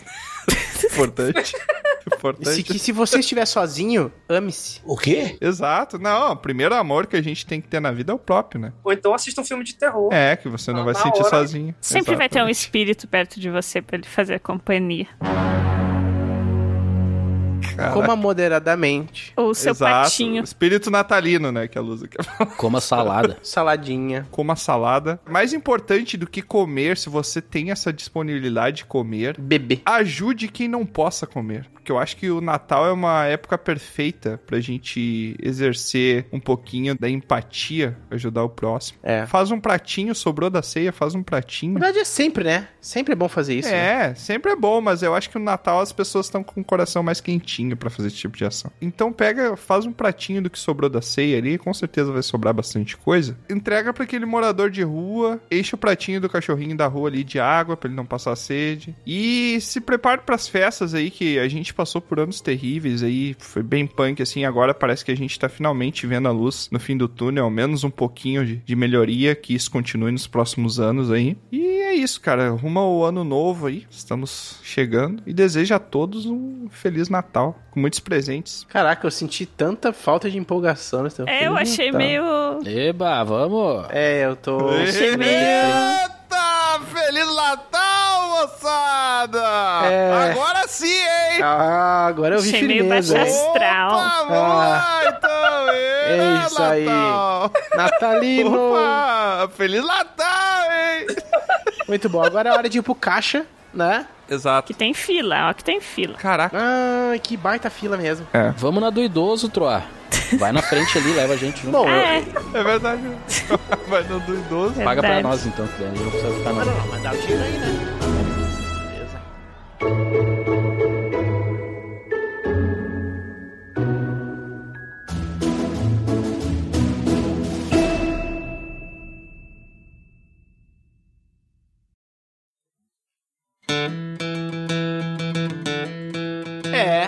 Importante.
E se, que
Importante.
se você estiver sozinho, ame-se.
O quê?
Exato. Não, o primeiro amor que a gente tem que ter na vida é o próprio, né?
Ou então assista um filme de terror.
É, que você não
Ah,
vai
na
sentir
hora.
sozinho.
Tá Sempre vai ter um
Exatamente.
espírito perto de você pra ele fazer companhia.
Caraca.
Coma moderadamente.
Ou o seu
Exato.
patinho.
Espírito natalino, né? Que a Lusa quer falar.
Coma salada.
Saladinha.
Coma salada. Mais importante do que comer, se você tem essa disponibilidade de comer,
Bebê.
ajude quem não possa comer. Porque eu acho que o Natal é uma época perfeita pra gente exercer um pouquinho da empatia, ajudar o próximo.
É.
Faz um pratinho, sobrou da ceia, faz um
Na
pratinho.
verdade é sempre, né? Sempre é bom fazer isso. né?
É, sempre é bom, mas eu acho que no Natal as pessoas estão com o coração mais quentinho pra fazer esse tipo de ação. Então pega, faz um pratinho do que sobrou da ceia ali, com certeza vai sobrar bastante coisa. Entrega pra aquele morador de rua, enche o pratinho do cachorrinho da rua ali de água pra ele não passar sede. E se prepare pras festas aí que a gente passou por anos terríveis aí, foi bem punk assim, agora parece que a gente tá finalmente vendo a luz no fim do túnel, ao menos um pouquinho de, de melhoria, que isso continue nos próximos anos aí. E é isso, cara, rumo ao ano novo aí, estamos chegando e desejo a todos um feliz Natal, com muitos presentes.
Caraca, eu senti tanta falta de empolgação. nesse teu
É, eu
filme,
achei
tá?
meio.
Eba, vamos!
É, eu tô.
Eita! Feliz Natal, moçada!
É.
Agora sim, hein?
Ah, agora eu vi
Achei meio
firmeza.
baixo
hein?
astral.
Opa, vamos lá, então!
Ah. É isso aí.
Natal.
Natalino!
Opa! Feliz Natal, hein?
Muito bom, agora é hora de ir pro caixa, né?
Exato.
Que tem fila, ó, que tem fila.
Caraca.
Ah, que baita fila mesmo.
Vamos na do idoso, Troar. Vai na frente ali, leva a gente junto.
Bom,
Ah,
eu...
é.
É verdade. Vai no do idoso.
Paga pra
verdade.
nós então, que daí a gente não precisa ficar não.
mas dá o tiro aí, né? Beleza.
É,